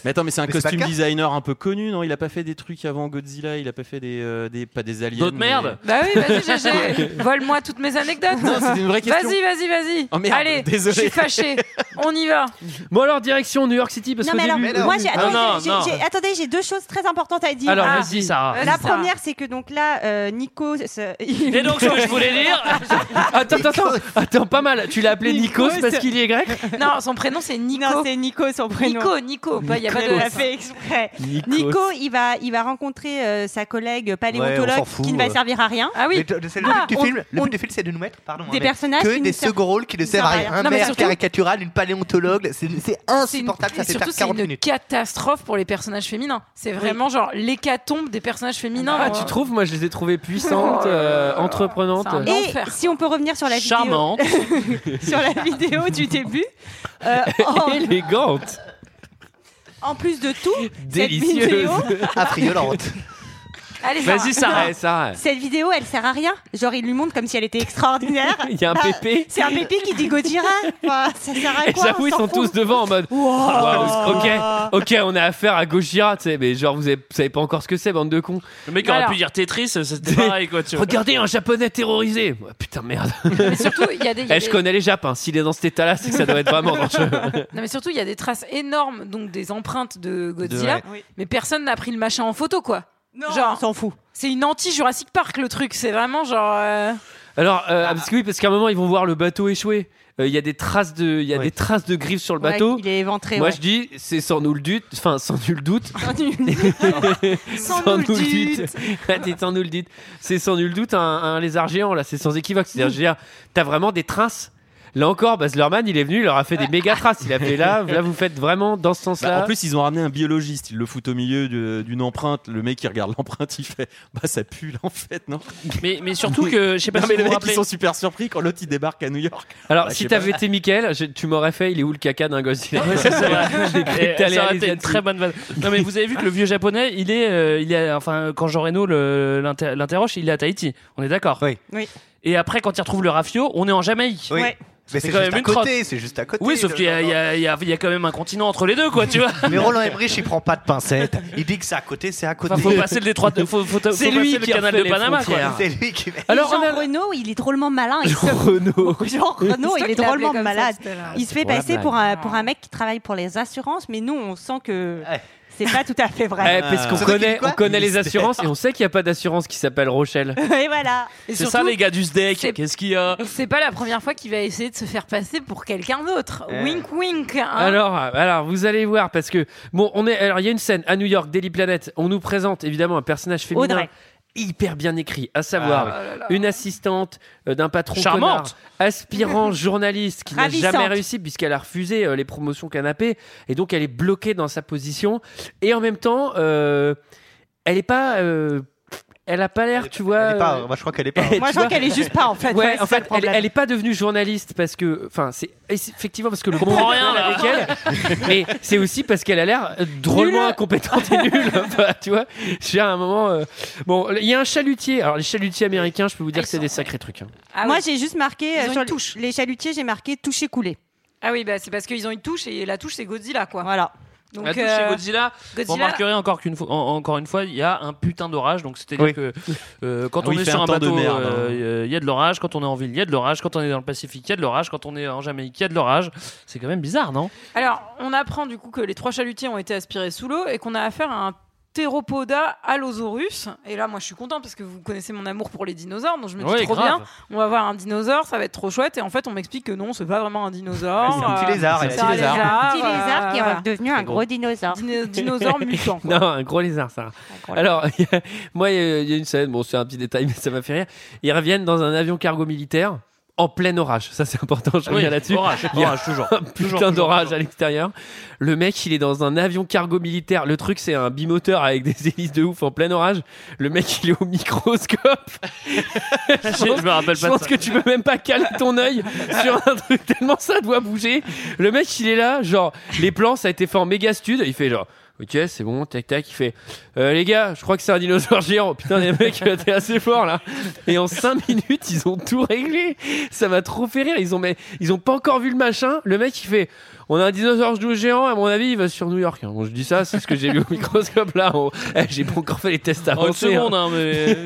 S10: Mais attends, mais c'est un
S7: Mais c'est pas
S10: costume
S7: le cas.
S10: designer un peu connu, non Il a pas fait des trucs avant Godzilla, il a pas fait des. euh, des pas des aliens.
S8: D'autres
S10: mais-
S8: merdes.
S9: Bah oui. Vas-y GG. Vole-moi toutes mes anecdotes.
S10: Non, c'était une vraie question.
S9: Vas-y vas-y vas-y.
S10: Oh merde,
S9: Allez.
S10: désolé.
S9: Je suis fâché. On y va.
S1: Bon, alors direction New York City, parce
S6: Non,
S1: qu'au
S6: mais alors,
S1: début. euh, Ah
S6: moi,
S10: Ah,
S6: j'ai- attendez,
S8: non,
S6: j'ai-
S8: non.
S6: j'ai- attendez, j'ai deux choses très importantes à dire.
S8: Alors,
S9: Ah.
S8: vas-y, Sarah.
S9: Vas-y,
S6: La
S9: Sarah.
S6: première, c'est que donc là, euh, Nico. ce-
S8: Et donc, ce que je voulais dire,
S1: Attends, attends, attends, attends, pas mal. Tu l'as appelé Nikos,
S6: Nikos.
S1: parce qu'il est grec
S9: Non son prénom c'est Nico.
S6: Non, c'est Nico son prénom.
S9: Nico Nico. Pas il y a pas
S6: On l'a
S9: de.
S6: fait exprès. Nico, il va, il va rencontrer euh, sa collègue
S7: Ouais, on
S6: paléontologue
S7: s'en fout,
S6: qui ne va
S7: euh.
S6: servir à rien.
S9: Ah
S7: Mais
S9: oui.
S7: t- c'est le
S6: Ah,
S7: but du
S6: on-
S7: film. Le
S6: on-
S7: but du film, c'est de nous mettre, pardon, hein,
S6: Des
S7: mais
S6: personnages
S7: que
S6: qui
S7: des
S6: nous servent-
S7: second rôles qui ne
S6: nous
S7: servent à
S6: servent à
S7: rien.
S6: rien.
S7: Un
S9: Non, mais
S7: maire
S9: surtout-
S7: caricatural, une paléontologue, c'est c'est
S9: C'est une-
S7: insupportable. Ça
S9: et
S7: fait
S9: surtout,
S7: faire
S9: c'est
S7: 40
S9: une
S7: minutes.
S9: catastrophe pour les personnages féminins. C'est vraiment genre l'hécatombe des personnages féminins.
S1: Ah,
S9: Euh,
S1: tu trouves Moi, je les ai trouvées puissantes, euh, entreprenantes.
S9: C'est un-
S6: Et
S9: L'enfer.
S6: si on peut revenir sur la vidéo,
S8: charmant.
S6: sur la vidéo du début, euh, en,
S1: Élégantes,
S6: en plus de tout, cette
S1: délicieuses.
S6: vidéo,
S7: Affriolante.
S9: Allez, ça
S8: Vas-y,
S9: va.
S8: Sarah.
S1: Ouais, ça, ouais.
S6: cette vidéo, elle sert à rien. Genre, il lui montre comme si elle était extraordinaire.
S1: Il y a un
S6: Bah,
S1: pépé.
S6: C'est un pépé qui dit Godira. Enfin, ça sert à
S1: Et
S6: quoi
S1: j'avoue,
S6: on
S1: ils
S6: s'en
S1: sont
S6: fout.
S1: tous devant en mode. Ah, ouais, ok, ok, on a affaire à Gojira, tu sais, mais genre vous avez- vous savez pas encore ce que c'est, bande de cons.
S8: Le mec aurait
S9: Alors.
S8: pu dire Tetris, ça, c'était pareil quoi. Tu vois.
S1: Regardez un japonais terrorisé. Ouais, putain merde.
S9: Mais surtout, il y a des. il y a
S1: Eh, je
S9: des-
S1: connais les Japs. hein. S'il est dans cet état-là, c'est que ça doit être vraiment. dangereux.
S9: Non, mais surtout, il y a des traces énormes, donc des empreintes de Godzilla.
S6: ouais. Oui.
S9: Mais personne n'a pris le machin en photo, quoi.
S6: Non,
S9: Genre-
S6: on s'en fout.
S9: C'est une anti Jurassic Park le truc. C'est vraiment genre. euh,
S1: Alors, euh, parce que oui, parce qu'à un moment, ils vont voir le bateau échouer. Euh, Il y a des traces de, il y a
S7: Ouais.
S1: des traces de griffes sur le bateau.
S6: Ouais, il est éventré.
S1: Moi,
S6: ouais.
S1: je dis, c'est sans nul doute, enfin, sans nul doute.
S6: Sans nul doute.
S1: Ouais, t'es sans nul doute. C'est sans nul doute un, un lézard géant, là, c'est sans équivoque. C'est-à-dire, je veux dire, t'as vraiment des traces. Là encore, Baz Luhrmann, il est venu, il leur a fait des méga traces. Il a fait là, là, vous faites vraiment dans ce
S10: Bah,
S1: sens-là.
S10: en plus, ils ont ramené un biologiste. Ils le foutent au milieu de- d'une empreinte. Le mec, il regarde l'empreinte, il fait Bah, ça pue, là, en fait, non
S8: Mais, mais surtout que, je sais pas
S10: Non,
S8: si
S10: mais
S8: vous
S10: les mecs,
S8: vous
S10: ils
S8: rappelez.
S10: sont super surpris quand l'autre, il débarque à New York.
S1: Alors,
S10: Bah, je
S1: si
S10: sais pas.
S1: t'avais été Michael, je- tu m'aurais fait, il est où le caca d'un Godzilla
S8: Ouais, ça, c'est vrai.
S1: J'ai cru que
S8: Et
S1: t'allais
S8: ça aurait
S1: aller
S8: été une
S1: là-dessus.
S8: très bonne vanne. Non mais vous avez vu que le vieux japonais, il est, euh, il est, enfin quand Jean Reno le- l'inter- l'interroge, il est à Tahiti. On est d'accord.
S7: Oui.
S6: Oui.
S8: Et après quand il retrouve le rafio, on est en Jamaïque.
S7: Oui.
S6: Ouais.
S7: Mais
S8: C'est
S7: c'est
S8: quand
S7: juste
S8: même
S7: à
S8: une
S7: côté, c'est juste à côté.
S8: Oui, sauf
S7: le-
S8: qu'il y, a- il y a- il y a- il y a quand même un continent entre les deux, quoi, tu vois.
S7: Mais Roland Emmerich, il prend pas de pincette. Il dit que c'est à côté, c'est à côté.
S8: Enfin, faut passer le détroit, de, faut, faut- faut
S1: C'est
S8: passer
S1: lui
S8: le
S1: qui a
S8: canal
S1: fait
S8: de
S1: les
S8: Panama, quoi.
S1: frontières.
S7: C'est lui qui met-
S1: Alors,
S6: Jean
S1: on a-
S6: Reno, il est drôlement malin. Il se...
S1: Renaud.
S6: Jean Reno, il est drôlement malade. Il se fait
S1: drôle,
S6: passer
S1: malade.
S6: pour un, pour un mec qui travaille pour les assurances, mais nous, on sent que
S7: Ouais.
S6: c'est pas tout à fait
S1: Eh,
S6: vrai.
S9: Euh,
S1: parce qu'on
S7: C'est vrai qu'il
S1: connaît,
S7: dit quoi
S1: on connaît les
S7: Mystère.
S1: assurances et on sait qu'il n'y a pas d'assurance qui s'appelle Rochelle.
S6: Et voilà.
S9: Et
S8: C'est
S9: surtout,
S8: ça, les gars du
S1: E.
S8: SDEC.
S9: c'est-
S8: Qu'est-ce qu'il y a
S9: c'est pas la première fois qu'il va essayer de se faire passer pour quelqu'un d'autre.
S7: Euh.
S9: Wink wink. hein.
S1: Eh. Alors, alors, vous allez voir parce que bon, on est. Alors, il y a une scène à New York, Daily Planet. On nous présente évidemment un personnage féminin
S6: Audrey.
S1: hyper bien écrit, à
S7: Ah,
S1: savoir une assistante euh, d'un patron
S8: Charmante.
S1: connard, aspirant journaliste qui n'a
S6: Ravissante.
S1: jamais réussi puisqu'elle a refusé euh, les promotions canapé et donc elle est bloquée dans sa position et en même temps, euh, elle est pas, euh, elle a pas l'air, tu vois.
S7: Elle est pas,
S1: euh,
S7: moi, je crois qu'elle est pas. hein.
S1: tu
S6: Moi, je
S1: vois,
S6: crois qu'elle est juste pas, en fait.
S1: Ouais,
S6: c'est
S1: en
S6: ça
S1: fait,
S6: le
S1: elle,
S6: problème.
S1: elle est pas devenue journaliste parce que, enfin, c'est effectivement parce que le monde
S8: comprend rien,
S1: est
S8: là.
S1: avec elle, mais c'est aussi parce qu'elle a l'air euh, drôlement
S9: Nulle.
S1: incompétente et nulle. Enfin, tu vois, j'ai à un moment. euh, Bon, il y a un chalutier. Alors les chalutiers américains, je peux vous dire que c'est des sacrés trucs. hein.
S9: Ah
S6: Moi,
S9: oui.
S6: j'ai juste
S9: Ils
S6: marqué
S9: ont
S6: euh, sur
S9: une
S6: le-
S9: touche.
S6: les chalutiers, j'ai marqué toucher coulé.
S9: Ah oui, bah, c'est parce qu'ils ont une touche et la touche c'est Godzilla quoi.
S6: Voilà.
S9: Donc,
S8: La touche
S9: euh,
S8: chez Godzilla, vous
S9: Godzilla,
S8: remarquerez encore, qu'une fois, en- encore une fois, il y a un putain d'orage. Donc, c'est-à-dire
S7: Oui.
S8: que euh, quand
S10: Ah
S8: on
S10: oui, il
S8: est
S10: fait
S8: sur
S10: un
S8: un,
S10: temps de
S8: bateau,
S10: merde, hein.
S8: euh, il y a- il y a de l'orage. Quand on est en ville, il y a de l'orage. Quand on est dans le Pacifique, il y a de l'orage. Quand on est en Jamaïque, il y a de l'orage. C'est quand même bizarre, non
S9: Alors, on apprend du coup que les trois chalutiers ont été aspirés sous l'eau et qu'on a affaire à un Theropoda allosaurus. Et là, moi, je suis contente parce que vous connaissez mon amour pour les dinosaures, donc je me dis
S8: Ouais,
S9: trop
S8: grave.
S9: bien. On va voir un dinosaure, ça va être trop chouette. Et en fait, on m'explique que non, c'est pas vraiment un dinosaure.
S7: C'est un petit lézard.
S9: Ah, euh, C'est
S7: elle a-
S9: un lézard.
S6: Petit lézard qui
S9: euh,
S6: est devenu un gros dinosaure.
S9: dino- dinosaure mutant. quoi.
S1: Non, un gros lézard ça. Alors, moi, il y a- il y a une scène. Bon, c'est un petit détail, mais ça m'a fait rire. Ils reviennent dans un avion cargo militaire en plein orage. Ça, c'est important. Je reviens là-dessus.
S8: Orage,
S1: Il y a-
S8: orage, toujours.
S1: un
S8: Toujours,
S1: putain
S8: toujours,
S1: d'orage
S8: toujours.
S1: à l'extérieur. Le mec, il est dans un avion cargo militaire. Le truc, c'est un bimoteur avec des hélices de ouf en plein orage. Le mec, il est au microscope.
S8: je, je me rappelle
S1: Je
S8: pas de
S1: pense
S8: ça.
S1: que tu peux même pas caler ton œil sur un truc tellement ça doit bouger. Le mec, il est là, genre, les plans, ça a été fait en méga stud. Il fait genre, ok, c'est bon, tac tac. Il fait, Euh, les gars, je crois que c'est un dinosaure géant. Putain, les mecs, euh, t'es assez fort là. Et en 5 minutes, ils ont tout réglé. Ça m'a trop fait rire. Ils ont, mais, ils ont pas encore vu le machin. Le mec, il fait, on a un dinosaure géant, à mon avis, il va sur New York. hein. Bon, je dis ça, c'est ce que j'ai vu au microscope là. Oh, eh, j'ai pas encore fait les tests
S8: En une
S1: avancés. hein.
S8: seconde, hein, mais.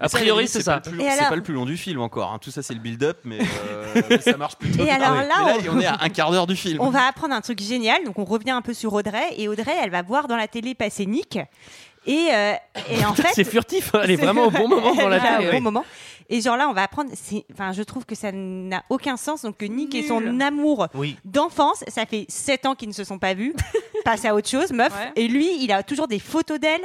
S8: A priori, c'est ça.
S10: pas le
S6: Et
S10: plus- C'est
S6: alors-
S10: pas le plus long du film encore. hein. Tout ça, c'est le build-up, mais, euh, mais ça marche plutôt.
S6: Et
S10: bien.
S6: alors là,
S10: Mais
S6: on-
S10: on... est à un quart d'heure du film.
S6: On va apprendre un truc génial. Donc, on revient un peu sur Audrey. Et Audrey, elle va voir dans la télé passer Nick. Et, euh, et en fait. Ah
S1: C'est furtif, hein. elle est vraiment au bon moment dans la
S6: Elle va
S1: télé.
S6: au bon moment. Et genre là, on va apprendre. c'est- Enfin, je trouve que ça n'a aucun sens. Donc, que Nick et son
S9: Nul.
S6: amour
S7: Oui.
S6: d'enfance, ça fait 7 ans qu'ils ne se sont pas vus. Passe à autre chose, meuf.
S9: Ouais.
S6: Et lui, il a toujours des photos d'elle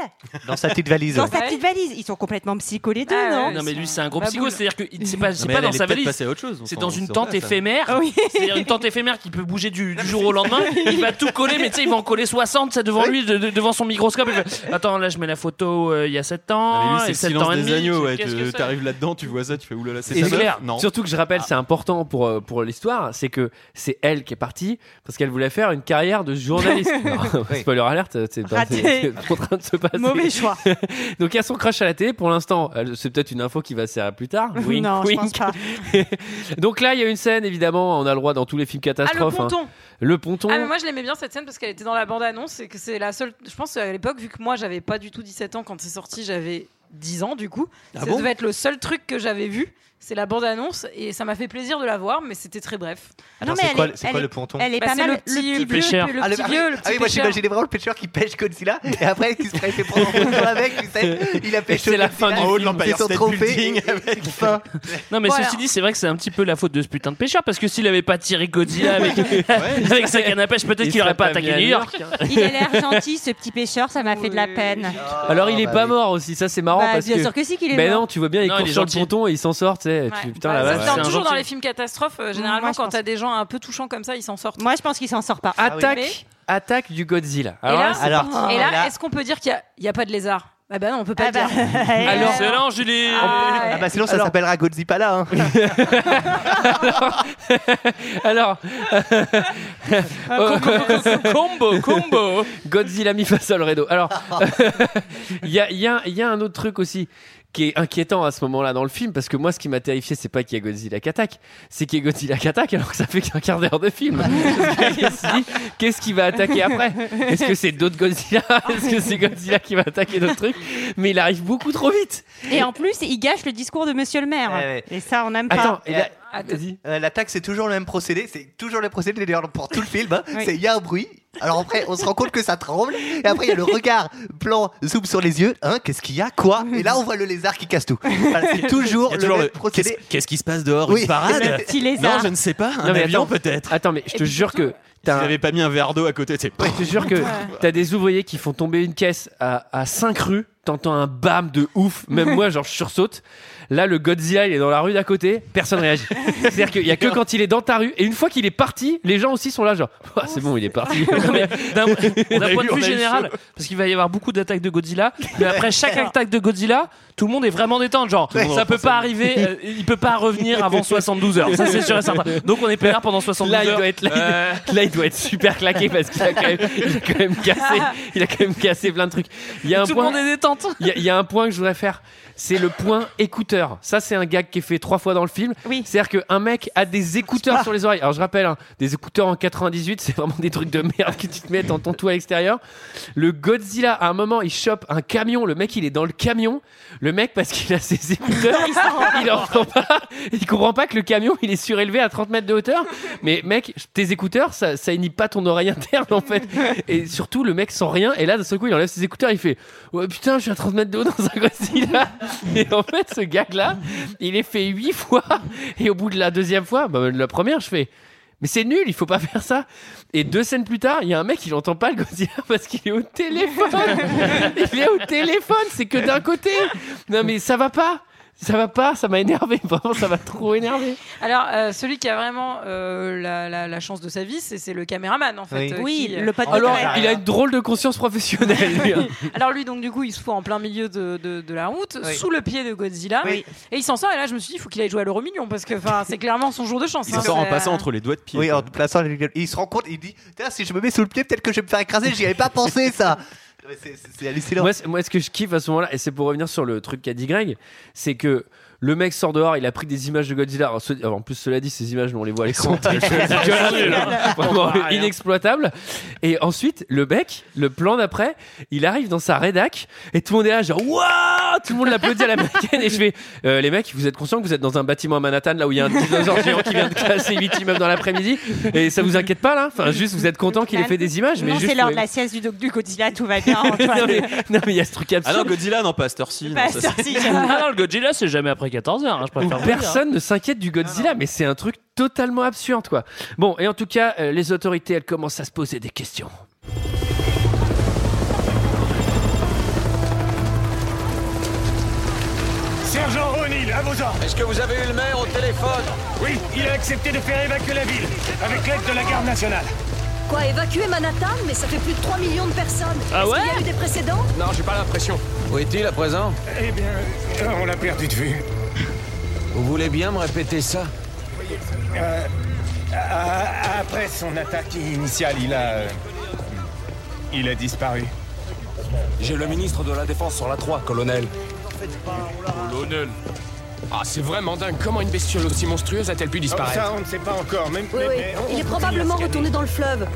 S7: Dans sa petite valise.
S6: dans
S7: ouais.
S6: sa
S9: Ouais.
S6: petite valise. Ils sont complètement psychos les deux,
S9: Ah
S6: non
S9: ouais.
S8: Non, mais lui, c'est un gros
S9: Ma
S8: psycho.
S9: boule.
S8: C'est-à-dire que il- c'est pas, c'est
S10: Mais
S8: pas
S10: elle,
S8: dans
S10: elle est
S8: sa
S10: peut-être
S8: valise.
S10: passée à autre chose. on
S8: C'est
S10: s'en-
S8: dans
S10: on
S8: une
S10: s'en
S8: tente
S10: passe, hein.
S8: éphémère. C'est-à-dire une tente éphémère qui peut bouger du, du jour au lendemain. Il va tout coller, mais tu sais, il va en coller 60 ça, devant lui, de- de- devant son microscope. Il fait, Attends, là, je mets la photo euh, il y a 7
S10: Ah, mais lui, c'est
S8: ans. et
S10: le
S8: 7
S10: silence
S8: ans et
S10: des
S8: demi.
S10: agneaux. ouais,
S8: Qu'est-ce
S10: tu-
S8: que c'est
S10: T'arrives là-dedans, tu vois ça, tu fais oulala, c'est
S1: Et
S10: ça.
S1: c'est clair.
S10: Non.
S1: Surtout que je
S10: Ah.
S1: rappelle, c'est important pour, euh, pour l'histoire, c'est que c'est elle qui est partie parce qu'elle voulait faire une carrière de journaliste. Non,
S7: Oui.
S1: Spoiler alerte, c'est pas-
S6: Raté.
S1: c'est- c'est en train de se passer.
S6: Mauvais choix.
S1: Donc il y a son crush à la télé pour l'instant. Elle- C'est peut-être une info qui va servir plus tard. Wink,
S6: non, je
S1: wink.
S6: pense pas.
S1: Donc là, il y a une scène, évidemment, on a le droit dans tous les films
S9: Ah, le
S1: catastrophes. hein.
S9: ponton.
S1: Le ponton.
S9: Ah, mais moi, je l'aimais bien cette scène parce qu'elle était dans la bande-annonce et que c'est la seule. Je pense à l'époque, vu que moi, j'avais pas du tout 17 ans quand c'est sorti, j'avais 10 ans du coup.
S10: Ah
S9: ça
S10: bon
S9: devait être le seul truc que j'avais vu. C'est la bande-annonce et ça m'a fait plaisir de la voir, mais c'était très bref.
S7: Attends, c'est quoi, le- c'est quoi le ponton
S6: elle est
S9: Bah,
S6: pas
S9: c'est
S6: mal-
S9: le petit,
S8: petit
S9: vieux,
S8: pêcheur.
S9: le
S7: Ah, le-
S9: petit
S7: ah oui,
S9: vieux, le
S7: ah oui,
S9: petit
S7: moi
S9: pêcheur.
S7: j'imaginais vraiment le pêcheur qui pêche Godzilla et après qui se ferait- il fait prendre en photo avec, tu sais, il a pêché
S8: c'est la
S7: Godzilla,
S8: fin du
S7: en haut de
S8: film.
S7: l'Empire State Building avec fin.
S8: Non, mais
S9: Voilà.
S8: ceci dit, c'est vrai que c'est un petit peu la faute de ce putain de pêcheur parce que s'il avait pas tiré Godzilla avec, avec sa canne à pêche, peut-être qu'il aurait pas attaqué New York.
S6: Il a l'air gentil, ce petit pêcheur, ça m'a fait de la peine.
S1: Alors il est pas mort aussi, ça c'est marrant
S6: Bah,
S1: parce
S6: bien
S1: que.
S6: sûr que si qu'il est
S1: Ben
S6: mort.
S1: non, tu vois bien, il
S8: Non,
S1: court
S8: il est
S1: sur le
S8: gentil.
S1: ponton et il s'en sort, tu sais. tu-
S7: Eh,
S9: Ouais.
S1: Putain
S9: Ouais,
S1: la
S9: ça
S1: vache.
S9: se
S8: c'est
S9: termine
S8: un
S9: toujours dans
S8: gentil.
S9: les films catastrophes. euh,
S6: Mmh, Moi,
S9: généralement,
S6: je
S9: quand
S6: pense
S9: t'as des gens un peu touchants comme ça, ils s'en sortent.
S6: Moi, je pense qu'il s'en sort
S7: Ah
S6: pas.
S1: Attaque,
S9: Mais-
S1: attaque du Godzilla.
S9: Et là,
S1: c'est-
S7: Alors,
S9: Et là,
S7: Ah là-
S9: est-ce qu'on peut dire qu'il n'y a, pas de lézard Ah bah non, on peut pas
S6: Ah bah,
S9: dire.
S1: Alors-
S8: Excellent, Julie
S7: Ah bah sinon ça s'appellera Godzilla. Hein.
S1: alors,
S8: Combo, combo
S1: Godzilla mis face à Laredo. Alors, il y, a, il y a- il y a un autre truc aussi qui est inquiétant à ce moment-là dans le film, parce que moi, ce qui m'a terrifié, c'est pas qu'il y a Godzilla qui attaque, c'est qu'il y a Godzilla qui attaque alors que ça fait qu'un quart d'heure de film. Je me suis dit, Qu'est-ce qui va attaquer après Est-ce que c'est d'autres Godzilla Est-ce que c'est Godzilla qui va attaquer d'autres trucs Mais il arrive beaucoup trop vite.
S6: Et en plus, il gâche le discours de Monsieur le maire.
S7: Ouais, ouais.
S6: Et ça, on n'aime pas. Ah,
S1: Attends, il a-
S9: Attends.
S1: vas-y.
S7: Euh, L'attaque c'est toujours le même procédé, c'est toujours le procédé d'ailleurs pour tout le film. hein.
S6: Oui.
S7: C'est il y a un bruit. Alors après on se rend compte que ça tremble et après il y a le regard plan zoom sur les yeux. Hein, qu'est-ce qu'il y a quoi Et là on voit le lézard qui casse tout. Voilà, Ah, c'est toujours
S10: Ah. Il y
S7: le
S10: a toujours
S7: même
S10: le- Qu'est-ce
S7: procédé.
S10: qu'est-ce qui se passe dehors
S7: Oui.
S10: Une parade
S6: Petit
S10: Non,
S6: lézard.
S10: je ne sais pas. Un
S1: Non, mais
S10: avion
S1: attends.
S10: peut-être.
S1: Attends, mais je te
S9: puis
S1: jure
S9: surtout,
S1: que
S10: S'il
S1: t'as un-
S10: n'avait pas mis un verre d'eau à côté, c'est
S1: Je te jure que t'as des ouvriers qui font tomber une caisse à, à 5 rues, t'entends un bam de ouf, même moi genre je sursaute. Là le Godzilla il est dans la rue d'à côté, personne réagit. C'est-à-dire qu'il y a que quand il est dans ta rue et une fois qu'il est parti, les gens aussi sont là genre Ah, c'est bon il est parti.
S8: Non, mais D'un d'un
S10: a
S8: point
S10: eu-
S8: de
S10: on
S8: vue
S10: a eu
S8: général, parce qu'il va y avoir beaucoup d'attaques de Godzilla, mais après chaque attaque de Godzilla, tout le monde est vraiment détente. Genre,
S10: monde
S8: ça peut pas arriver, euh, il peut pas revenir avant 72 heures. Ça, c'est sûr et certain. Donc, on est pénard pendant 72
S1: Là, il
S8: heures.
S1: doit être- là, il doit-
S8: Euh,
S1: Là il doit être super claqué parce qu'il a, quand même- il a quand même cassé, il a quand même cassé plein de trucs. Il y a un
S8: tout le
S1: point-
S8: monde est détente.
S1: il y, a- il y a un point que je voudrais faire, c'est le point écouteur. Ça, c'est un gag qui est fait trois fois dans le film.
S6: Oui.
S1: C'est-à-dire qu'un mec a des écouteurs sur les oreilles. Alors, je rappelle, hein, des écouteurs en 98, c'est vraiment des trucs de merde que tu te mets, t'entends tout à l'extérieur. Le Godzilla, à un moment, il chope un camion. Le mec, il est dans le camion. Le mec, parce qu'il a ses écouteurs, il entend pas. Il comprend pas que le camion, il est surélevé à 30 mètres de hauteur. Mais mec, tes écouteurs, ça, ça inhibe pas ton oreille interne, en fait. Et surtout, le mec sans rien. Et là, d'un seul coup, il enlève ses écouteurs, il fait Ouais, putain, je suis à 30 mètres de haut dans un Godzilla. Et en fait, ce gag-là, il est fait huit fois. Et au bout de la deuxième fois, bah, la première, je fais. Mais c'est nul, il faut pas faire ça. Et deux scènes plus tard, il y a un mec, il entend pas le Godzilla parce qu'il est au téléphone. il est au téléphone, c'est que d'un côté. Non mais ça va pas. Ça va pas, ça m'a énervé. Vraiment, ça m'a trop énervé.
S9: Alors, euh, celui qui a vraiment euh, la, la- la chance de sa vie, c'est c'est le caméraman en
S7: Oui.
S9: fait. euh,
S6: Oui,
S9: qui, euh,
S6: le pote de
S1: Alors,
S6: Claire.
S1: il a une drôle de conscience professionnelle. lui, hein.
S9: Alors lui, donc du coup, il se fout en plein milieu de, de- de la route,
S7: Oui.
S9: sous le pied de Godzilla,
S7: Oui.
S9: et il s'en sort. Et là, je me suis dit, il faut qu'il aille jouer à l'euro million parce que, enfin, c'est clairement son jour de chance.
S10: Il
S9: hein,
S10: sort en
S9: c'est-
S10: passant entre les doigts de pied.
S7: Oui,
S10: quoi.
S7: en plaçant les- il se rend compte, il dit Tiens, si je me mets sous le pied, peut-être que je vais me faire écraser, j'y avais pas pensé ça. Non, mais c'est- C'est c'est hallucinant.
S1: Moi, c'est- moi, ce que je kiffe à ce moment-là, et c'est pour revenir sur le truc qu'a dit Greg, c'est que le mec sort dehors, il a pris des images de Godzilla. Alors, ce- alors, en plus, cela dit, ces images, nous, on les voit à l'écran. Vraiment inexploitable. Et ensuite, le mec, le plan d'après, il arrive dans sa rédac et tout le monde est là, genre, waouh, tout le monde l'applaudit à l'américaine. Et je fais, Euh, les mecs, vous êtes conscients que vous êtes dans un bâtiment à Manhattan, là où il y a un dinosaure géant qui vient de casser 8 immeubles dans l'après-midi. Et ça vous inquiète pas, là? Enfin, juste, vous êtes content qu'il ait fait des images, mais
S6: non,
S1: juste.
S6: c'est l'heure
S1: pour-
S6: de la sieste du, doc- du Godzilla, tout va bien, Antoine.
S1: non, mais, non, mais il y a ce truc
S10: Ah
S1: absurde.
S10: non, Godzilla, non, pas à
S8: Hein,
S10: cette heure-ci, non,
S6: Bah,
S10: ça, c'est-
S6: sorti.
S8: Ah non, le Godzilla, c'est jamais après 14 heures. hein, je
S1: où
S8: préfère vous dire.
S1: personne ne s'inquiète du Godzilla, mais c'est un truc totalement absurde, quoi. Bon, et en tout cas, euh, les autorités, elles commencent à se poser des questions.
S11: Sergent O'Neill, à vos ordres.
S4: Est-ce que vous avez eu le maire au téléphone
S11: Oui, il a accepté de faire évacuer la ville, avec l'aide de la garde nationale.
S12: Quoi, évacuer Manhattan Mais ça fait plus de 3 millions de personnes. Est-ce
S8: Ah
S12: qu'il y
S8: ouais
S12: a eu des précédents
S4: Non, j'ai pas l'impression. Où est-il à présent
S11: Eh bien, euh, on l'a perdu de vue.
S4: Vous voulez bien me répéter ça
S11: Euh, à- à- Ah, après son attaque initiale, il a... euh, il a disparu.
S4: J'ai le ministre de la Défense sur la 3, colonel.
S11: Colonel.
S4: Ah, c'est vraiment dingue. Comment une bestiole aussi monstrueuse a-t-elle pu
S11: ça, on ne sait pas encore. Même,
S12: Oui,
S11: mais-
S12: oui.
S11: mais on-
S12: Il
S11: on
S12: est
S11: continue
S12: probablement
S11: à scanner.
S12: retourné dans le fleuve.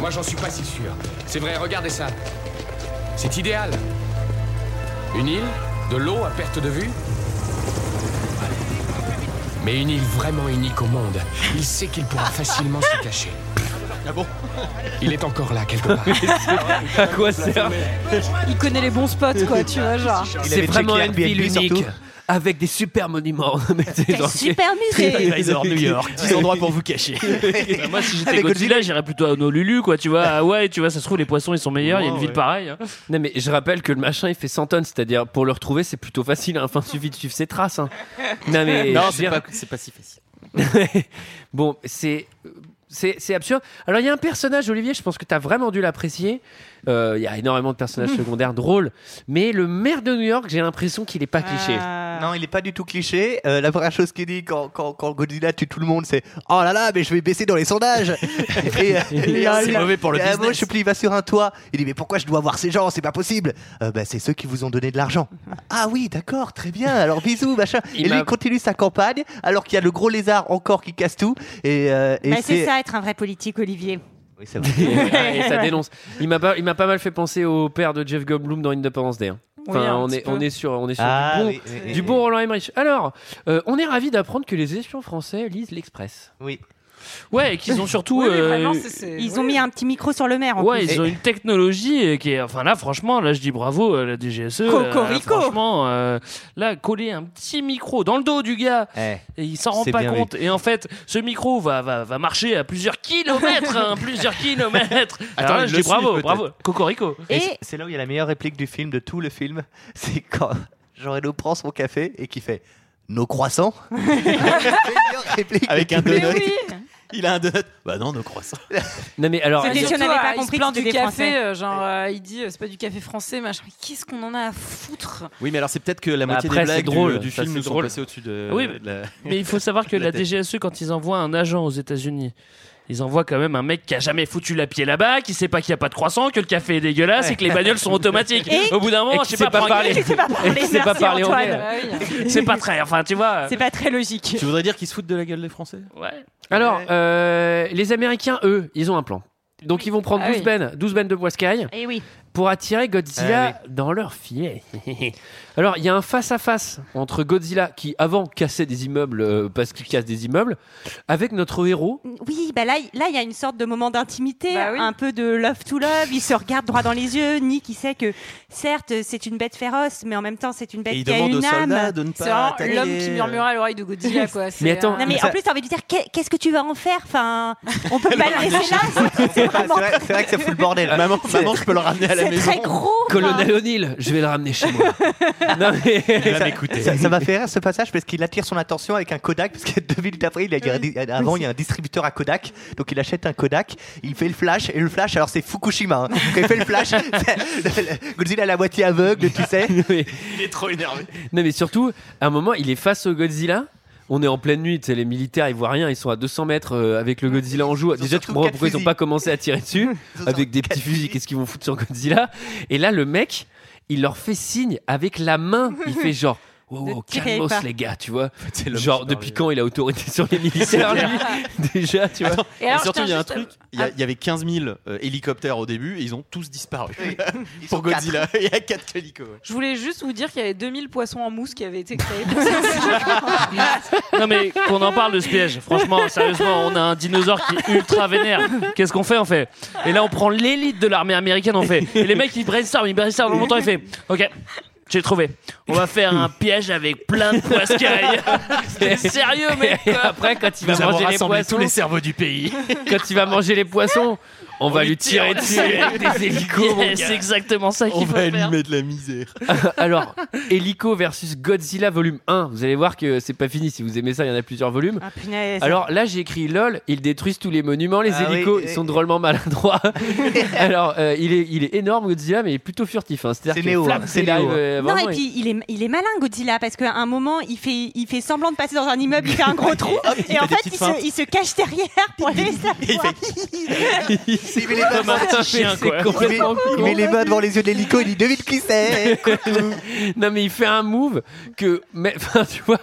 S4: Moi, j'en suis pas si sûr. C'est vrai, regardez ça. C'est idéal. Une île
S13: de l'eau à perte de vue Mais une île vraiment unique au monde. Il sait qu'il pourra facilement se cacher. Ah bon Il est encore là quelque part.
S1: À quoi sert
S9: Il connaît les bons spots, quoi, tu vois, genre.
S1: C'est vraiment une ville
S7: Airbnb surtout.
S1: unique. Avec des super monuments. Mais c'est genre-
S9: super musée.
S8: TripAdvisor, New York, 10 endroits pour
S10: vous cacher.
S8: Bah, moi, si j'étais
S1: Avec
S8: Godzilla, j'irais plutôt à Honolulu, quoi. Tu vois, à Hawaï, tu vois, ça se trouve, les poissons, ils sont meilleurs. Il y a une ville pareille. hein.
S1: Non, mais je rappelle que le machin il fait 100 tonnes, c'est-à-dire pour le retrouver c'est plutôt facile, hein. enfin il suffit de suivre ses traces. hein. Non, mais
S10: Non,
S1: je veux
S10: c'est
S1: dire-
S10: pas- c'est pas si facile.
S1: bon, c'est. C'est c'est absurde. Alors, il y a un personnage, Olivier, je pense que tu as vraiment dû l'apprécier. Euh, Il y a énormément de personnages
S7: Mmh.
S1: secondaires drôles. Mais le maire de New York, j'ai l'impression qu'il
S6: Ah.
S1: n'est pas cliché.
S7: Non, il n'est pas du tout cliché. Euh, la première chose qu'il dit quand, quand, quand Godzilla tue tout le monde, c'est Oh là là, mais je vais baisser dans les sondages Et, euh, et
S10: C'est
S7: ensuite,
S10: mauvais pour le
S7: et à
S10: business.
S7: gauche, puis il va sur un toit. Il dit Mais pourquoi je dois voir ces gens C'est pas possible Euh, bah, C'est ceux qui vous ont donné de l'argent. Ah oui, d'accord, très bien. Alors bisous, machin.
S1: Il
S7: et lui,
S1: m'a-
S7: il continue sa campagne, alors qu'il y a le gros lézard encore qui casse tout. Et, euh, et
S6: Bah, c'est ça, être un vrai politique, Olivier.
S7: Oui, c'est vrai.
S1: et ça dénonce. Il m'a pas, il m'a pas mal fait penser au père de Jeff Goldblum dans Independence Day. hein. Enfin,
S8: Oui, un
S1: on
S8: petit
S1: est,
S8: peu.
S1: on est sur, on est sur
S7: Ah,
S1: du bon,
S7: oui, oui, oui,
S1: du bon Roland Emmerich. Alors, euh, on est ravi d'apprendre que les espions français lisent l'Express.
S7: Oui.
S8: Ouais, et qu'ils ont surtout. euh,
S6: Ils ont mis un petit micro sur le maire. En
S8: Ouais,
S6: plus.
S8: ils ont une technologie euh, qui est. Enfin, là, franchement, là, je dis bravo à la DGSE. euh,
S6: Cocorico.
S8: franchement, euh, là, coller un petit micro dans le dos du gars, et il s'en rend
S7: c'est
S8: pas
S7: bien
S8: compte. Et en fait, ce micro va, va, va marcher à plusieurs kilomètres, hein, plusieurs kilomètres. Alors
S7: Attends,
S8: là,
S7: il
S8: je
S7: le
S8: dis bravo,
S7: suit,
S8: bravo.
S7: peut-être.
S8: Cocorico.
S7: Et c'est- c'est là où il y a la meilleure réplique du film, de tout le film. C'est quand Jean Reno prend son café et qui fait Nos croissants
S10: Avec un
S7: Mais
S10: donut.
S7: oui.
S10: Il a un donut. Bah non, nos croissants.
S1: Non, mais alors.
S9: C'était
S6: si on
S9: surtout,
S6: n'avait pas
S9: euh, il se
S6: compris
S9: plaint
S6: que
S9: du
S6: c'était
S9: café,
S6: français.
S9: euh, genre euh, il dit euh, c'est pas du café français, machin. Mais qu'est-ce qu'on en a à foutre
S10: Oui, mais alors c'est peut-être que la
S8: Bah
S10: moitié
S8: après,
S10: des blagues
S8: c'est drôle,
S10: du, du
S8: ça,
S10: film
S8: c'est
S10: nous sont
S8: drôle.
S10: passées au-dessus de.
S8: Oui,
S10: de la-
S8: Mais il faut savoir que
S10: de
S8: la
S10: tête.
S8: DGSE, E, quand ils envoient un agent aux États-Unis, ils envoient quand même un mec qui a jamais foutu la pied là-bas, qui sait pas qu'il y a pas de croissant, que le café est dégueulasse
S1: Ouais.
S8: et que les bagnoles sont automatiques.
S1: Et-
S8: Au bout d'un moment, je
S1: et qui
S8: sais
S1: sait
S8: pas,
S1: pas
S8: prends-
S1: parler.
S8: Et qui sait pas parler,
S1: Et qui sait pas
S8: merci,
S1: parler
S8: Antoine. Ah
S1: anglais.
S8: E C'est pas très, enfin tu
S1: Ah.
S8: vois.
S6: C'est pas très logique.
S10: Tu voudrais dire qu'ils se foutent de la gueule des Français
S8: Ouais.
S1: Alors, euh, les Américains, eux, ils ont un plan. Donc, ils vont prendre
S8: Ah
S1: 12
S8: oui.
S1: bennes, 12 bennes de boiscaille
S6: Eh oui.
S1: pour attirer Godzilla
S8: Ah
S1: dans leur filet. Alors, il y a un face-à-face entre Godzilla, qui avant cassait des immeubles euh, parce qu'il casse des immeubles, avec notre héros.
S6: Oui, bah là, il- là, il y a une sorte de moment d'intimité,
S9: Bah oui.
S6: un peu de love to love. Ils se regardent droit dans les yeux. Nick, il sait que certes, c'est une bête féroce, mais en même temps, c'est une bête
S10: Et il
S6: qui a
S10: demande
S6: une
S10: aux
S6: âme.
S10: soldats de ne pas
S9: C'est vraiment
S10: attaquer.
S9: l'homme qui murmurait à l'oreille de Godzilla, quoi. C'est,
S1: Mais attends,
S9: euh,
S6: Non, mais en plus, t'as envie de dire qu'est- qu'est-ce que tu vas en faire Enfin, on peut pas le laisser là.
S7: C'est vrai, c'est vrai que ça fout le bordel. Maman,
S10: je peux le ramener à la
S6: C'est
S10: maison.
S6: très gros. hein.
S1: Colonel O'Neill, je vais le ramener chez moi. non, mais...
S10: Ça- m'écouter.
S7: Ça ça m'a fait rire ce passage parce qu'il attire son attention avec un Kodak parce que deux minutes après, il a, il y a un di- avant il y a un distributeur à Kodak, donc il achète un Kodak, il fait le flash et le flash alors c'est Fukushima. hein. Quand il fait le flash, c'est- le- le- Godzilla à la moitié aveugle, tu sais.
S10: Il est trop énervé.
S1: Non, mais surtout, à un moment, il est face au Godzilla. On est en pleine nuit, tu sais, les militaires, ils voient rien, ils sont à 200 mètres euh, avec le Godzilla en joue. Déjà, tu comprends pas
S7: quatre
S1: pourquoi ils n'ont
S7: fusils.
S1: pas commencé à tirer dessus
S7: ont
S1: avec des petits fusils. Qu'est-ce qu'ils vont foutre sur Godzilla Et là, le mec, il leur fait signe avec la main. Il fait genre. Wow, wow,
S8: tirez
S1: calmos
S8: pas.
S1: les gars, tu vois.
S10: l'homme
S1: Genre,
S10: qui
S1: depuis quand il a autorité sur les militaires,
S10: C'est
S1: lui Déjà, tu vois.
S9: Et alors,
S10: Et surtout,
S9: je
S10: il y a un
S9: tiens
S10: truc.
S9: juste euh, ah. à-
S10: Il y,
S9: à-
S10: a- il y avait 15 000 euh, hélicoptères au début et ils ont tous disparu.
S7: Ils
S10: Pour
S7: sont quatre.
S10: Godzilla, il y a 4 hélicos. ouais.
S9: Je voulais juste vous dire qu'il y avait 2000 poissons en mousse qui avaient été créés. pour ça.
S8: Non mais qu'on en parle de ce piège. Franchement, sérieusement, on a un dinosaure qui est ultra vénère. Qu'est-ce qu'on fait On fait. Et là, on prend l'élite de l'armée américaine. On fait. Et les mecs, ils brainstorment, ils brainstorment dans longtemps. Ils fait. Ok. J'ai trouvé. On va faire un piège avec plein de poiscailles. C'est sérieux, mais.
S1: Et après, quand il va
S10: Nous avons
S1: manger les
S10: rassemblé
S1: poissons,
S10: tous les cerveaux du pays.
S1: quand il va manger les poissons, on, va
S10: lui
S1: lui tirer
S10: tire
S1: dessus avec des hélicos. mon
S8: Yes,
S1: gars.
S8: C'est exactement ça
S10: On
S8: qu'il faut
S10: va lui
S8: faire.
S10: mettre la misère.
S1: Alors, Helico versus Godzilla volume 1. Vous allez voir que c'est pas fini. Si vous aimez ça, il y en a plusieurs volumes.
S6: Ah, punaise.
S1: Alors là, j'ai écrit LOL, ils détruisent tous les monuments, les
S7: Ah oui,
S1: hélicos,
S7: et-
S1: ils sont drôlement maladroits. Alors, euh, il, est, il est énorme Godzilla, mais il est plutôt furtif. hein. C'est-à-dire
S7: C'est
S1: que
S7: Néo,
S1: flap,
S7: hein, c'est
S1: il arrive,
S7: Néo, hein.
S1: euh,
S6: Non, et
S1: vraiment,
S6: puis il est, il est malin, Godzilla, parce qu'à un moment, il fait, il fait semblant de passer dans un immeuble, il fait un gros trou,
S10: il fait
S6: et en
S10: des
S6: fait,
S10: petites
S6: il
S10: feintes.
S6: se, il se cache derrière pour les avoir.
S10: Et il fait-
S7: Il met les mains
S8: Comme
S7: devant
S8: un petit
S7: les-
S8: chien, quoi.
S7: Il met- il met les mains devant les yeux de l'hélico, il dit devine qui c'est
S1: non mais il fait un move que mais enfin tu vois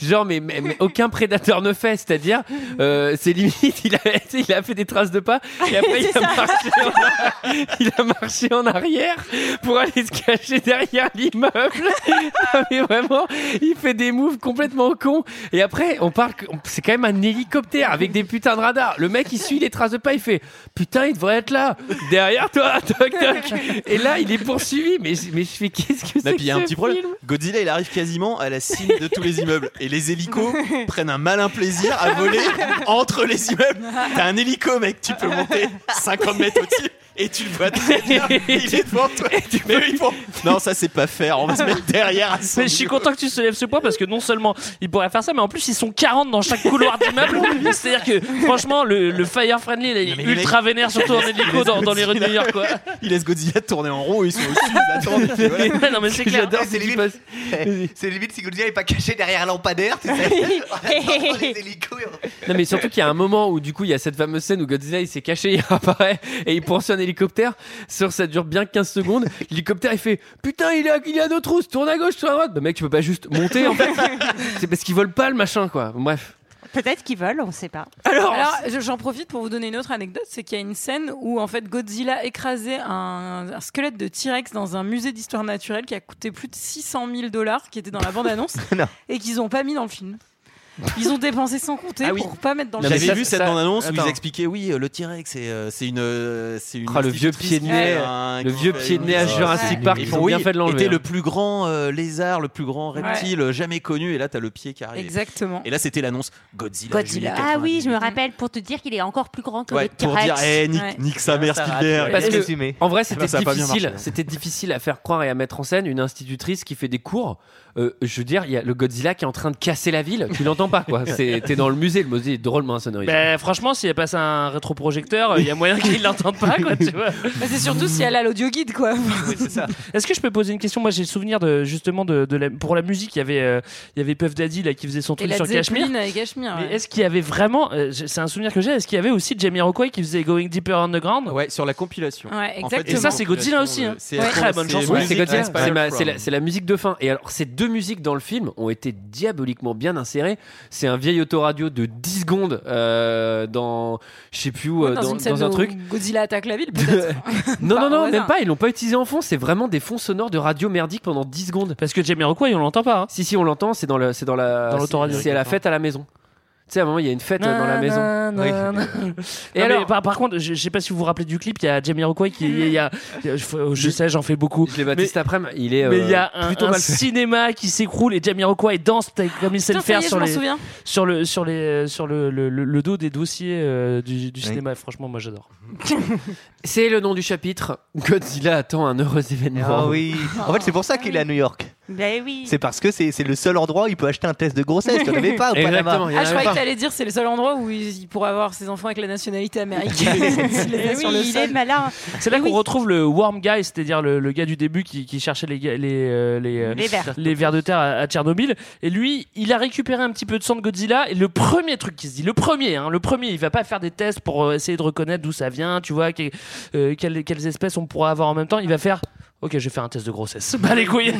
S1: genre mais, mais- mais aucun prédateur ne fait c'est-à-dire euh, c'est limite il a il a fait des traces de pas et après il
S2: C'est
S1: a,
S2: ça.
S1: marché en, il a marché en arrière pour aller se cacher derrière l'immeuble Non, mais vraiment il fait des moves complètement cons et après on parle que- c'est quand même un hélicoptère avec des putains de radars le mec il suit les traces de pas il fait putain il devrait être là derrière toi toc toc et là il est poursuivi mais je- mais je fais qu'est-ce que
S10: Non,
S1: c'est
S10: puis il y a
S1: que
S10: un
S1: ce
S10: petit problème.
S1: film
S10: Godzilla, il arrive quasiment à la cime de tous les immeubles. Et les hélicos prennent un malin plaisir à voler entre les immeubles. T'as un hélico, mec, tu peux monter 50 mètres au-dessus et tu le vois très bien. Il est devant toi. Mais eux, ils font, Non, ça, c'est pas faire. On va se mettre derrière à son
S8: Mais je suis content que tu soulèves ce point parce que non seulement ils pourraient faire ça, mais en plus ils sont 40 dans chaque couloir d'immeuble. C'est-à-dire que franchement, le, le fire friendly il est
S10: mais les
S8: ultra
S10: mecs-
S8: vénère, surtout en hélico dans, dans les rues de New York. Quoi.
S10: Il laisse Godzilla tourner en rond, ils sont au-dessus,
S7: Bah,
S10: ils attendent. et puis voilà.
S8: Ouais, non, mais c'est clair.
S7: J'adore, c'est limite. C'est limite si Godzilla est pas caché derrière un lampadaire, tu sais.
S1: Non mais surtout qu'il y a un moment où du coup il y a cette fameuse scène où Godzilla il s'est caché, il apparaît et il poursuit un hélicoptère. Sur ça dure bien 15 secondes. L'hélicoptère il fait putain il est à, il est à nos trousses, tourne à gauche, tourne à droite. Bah mec tu peux pas juste monter en fait. C'est parce qu'ils volent pas le machin quoi. Bref.
S6: Peut-être qu'ils veulent, on sait pas.
S9: Alors, je- j'en profite pour vous donner une autre anecdote, c'est qu'il y a une scène où en fait Godzilla écrasait un, un squelette de T-Rex dans un musée d'histoire naturelle qui a coûté plus de 600 000 dollars, qui était dans la bande-annonce, et qu'ils n'ont pas mis dans le film. Ils ont dépensé sans compter pour pas mettre dans le film.
S10: J'avais vu cette bande-annonce où
S1: attends.
S10: ils expliquaient oui, euh, le T-Rex, c'est euh, c'est une, euh, c'est une.
S1: Ah, le vieux
S10: institutrice
S1: pied de
S10: qui
S1: nez,
S10: fait un-
S1: le
S10: qui
S1: vieux
S10: fait
S1: pied de
S10: une-
S1: nez à
S10: Ouais.
S1: Jurassic Park,
S10: Et
S1: ils ont
S10: oui,
S1: bien fait de l'enlever,
S10: Était
S1: hein.
S10: le plus grand euh, lézard, le plus grand reptile euh, jamais connu, et là t'as le pied qui arrive.
S9: Exactement.
S10: Et là c'était l'annonce Godzilla. juillet
S6: Ah oui, je me rappelle pour te dire qu'il est encore plus grand que
S10: 90. Ouais,
S6: le
S10: pour
S6: T-Rex.
S10: dire, eh, nique,
S6: Ouais.
S10: nique sa mère Spielberg.
S1: Parce que, en vrai, c'était
S10: Ah, ça a pas bien
S1: difficile.
S10: marché.
S1: C'était difficile à faire croire et à mettre en scène une institutrice qui fait des cours. Euh, je veux dire, il y a le Godzilla qui est en train de casser la ville. Tu l'entends pas, quoi. C'est- T'es dans le musée. Le musée est drôlement insonorisé.
S8: Ben, franchement, s'il y a passé un rétroprojecteur, euh, il y a moyen qu'ils l'entendent pas, quoi, tu vois.
S9: Mais c'est surtout si elle a l'audio guide, quoi.
S8: Est-ce que je peux poser une question Moi, j'ai le souvenir de justement de, de la- pour la musique, il y avait euh, il y avait Puff Daddy là qui faisait son
S9: Et
S8: truc
S9: la
S8: sur Cachemire.
S9: Zeppelin avec Cachemire.
S8: Mais
S9: ouais.
S8: est-ce qu'il y avait vraiment, euh, j'ai- c'est un souvenir que j'ai, est-ce qu'il y avait aussi Jamiroquai qui faisait Going Deeper Underground
S10: Ouais, sur la compilation.
S9: Ouais,
S8: En fait, et ça, c'est Godzilla aussi. hein.
S10: C'est
S8: Très bonne chanson.
S1: Ouais, c'est Godzilla. C'est ma- c'est la, c'est la musique de fin. Et alors, ces deux musiques dans le film ont été diaboliquement bien insérées. C'est un vieil autoradio de 10 secondes euh, dans, je sais plus où, euh,
S9: dans,
S1: dans,
S9: une scène
S1: dans un
S9: où
S1: truc.
S9: Godzilla attaque la ville, peut-être.
S1: Non, non,
S9: au
S1: non,
S9: hasard.
S1: même pas. Ils l'ont pas utilisé en fond. C'est vraiment des fonds sonores de radio merdique pendant 10 secondes.
S8: Parce que Jamiroquai, on l'entend pas. hein.
S1: Si, si, on l'entend. C'est dans, le, c'est dans la.
S8: Dans l'autoradio.
S1: C'est à la fête à la maison. Tu sais, à un moment, il y a une fête euh, dans la
S8: Na,
S1: maison.
S8: na,
S1: Oui.
S8: na, na.
S1: Et
S8: Non, mais
S1: alors-
S8: par, par contre, je, je sais pas si vous vous rappelez du clip, il y a Jamiroquai qui il y a, il y a- je, je sais, j'en fais beaucoup.
S1: Je l'ai battu cet après-midi. Il est.
S8: Mais
S1: euh,
S8: il y a un,
S1: plutôt
S8: un
S1: mal fait.
S8: cinéma qui s'écroule et Jamiroquai danse t- comme il sait
S9: Putain,
S8: le
S9: ça y
S8: faire
S9: est, je
S8: sur,
S9: m'en
S8: les,
S9: souviens.
S8: sur le sur les euh, sur le, le, le- le dos des dossiers euh, du, du cinéma. Franchement, moi j'adore.
S1: C'est le nom du chapitre. Godzilla attend un heureux événement.
S7: Ah oui. En fait, c'est pour ça qu'il est à New York.
S6: Ben oui.
S7: C'est parce que c'est c'est le seul endroit où il peut acheter un test de grossesse. Tu n'avais pas au Panama.
S9: Ah, je croyais que t'allais dire c'est le seul endroit où il il pourrait avoir ses enfants avec la nationalité américaine. S'il les a
S6: Eh
S9: sur
S6: oui,
S9: le
S6: il
S9: sol.
S6: est malin.
S8: C'est là qu'on retrouve le warm guy, c'est-à-dire le, le gars du début qui, qui cherchait les, ga- les, euh, les, euh,
S6: Les vers.
S8: les vers de terre à, à Tchernobyl. Et lui, il a récupéré un petit peu de sang de Godzilla. Et le premier truc qu'il se dit, le premier, hein, le premier, il va pas faire des tests pour euh, essayer de reconnaître d'où ça vient, tu vois, que- euh, quelles, quelles espèces on pourra avoir en même temps. Il va faire. Ok, je vais faire un test de grossesse. Bah les couilles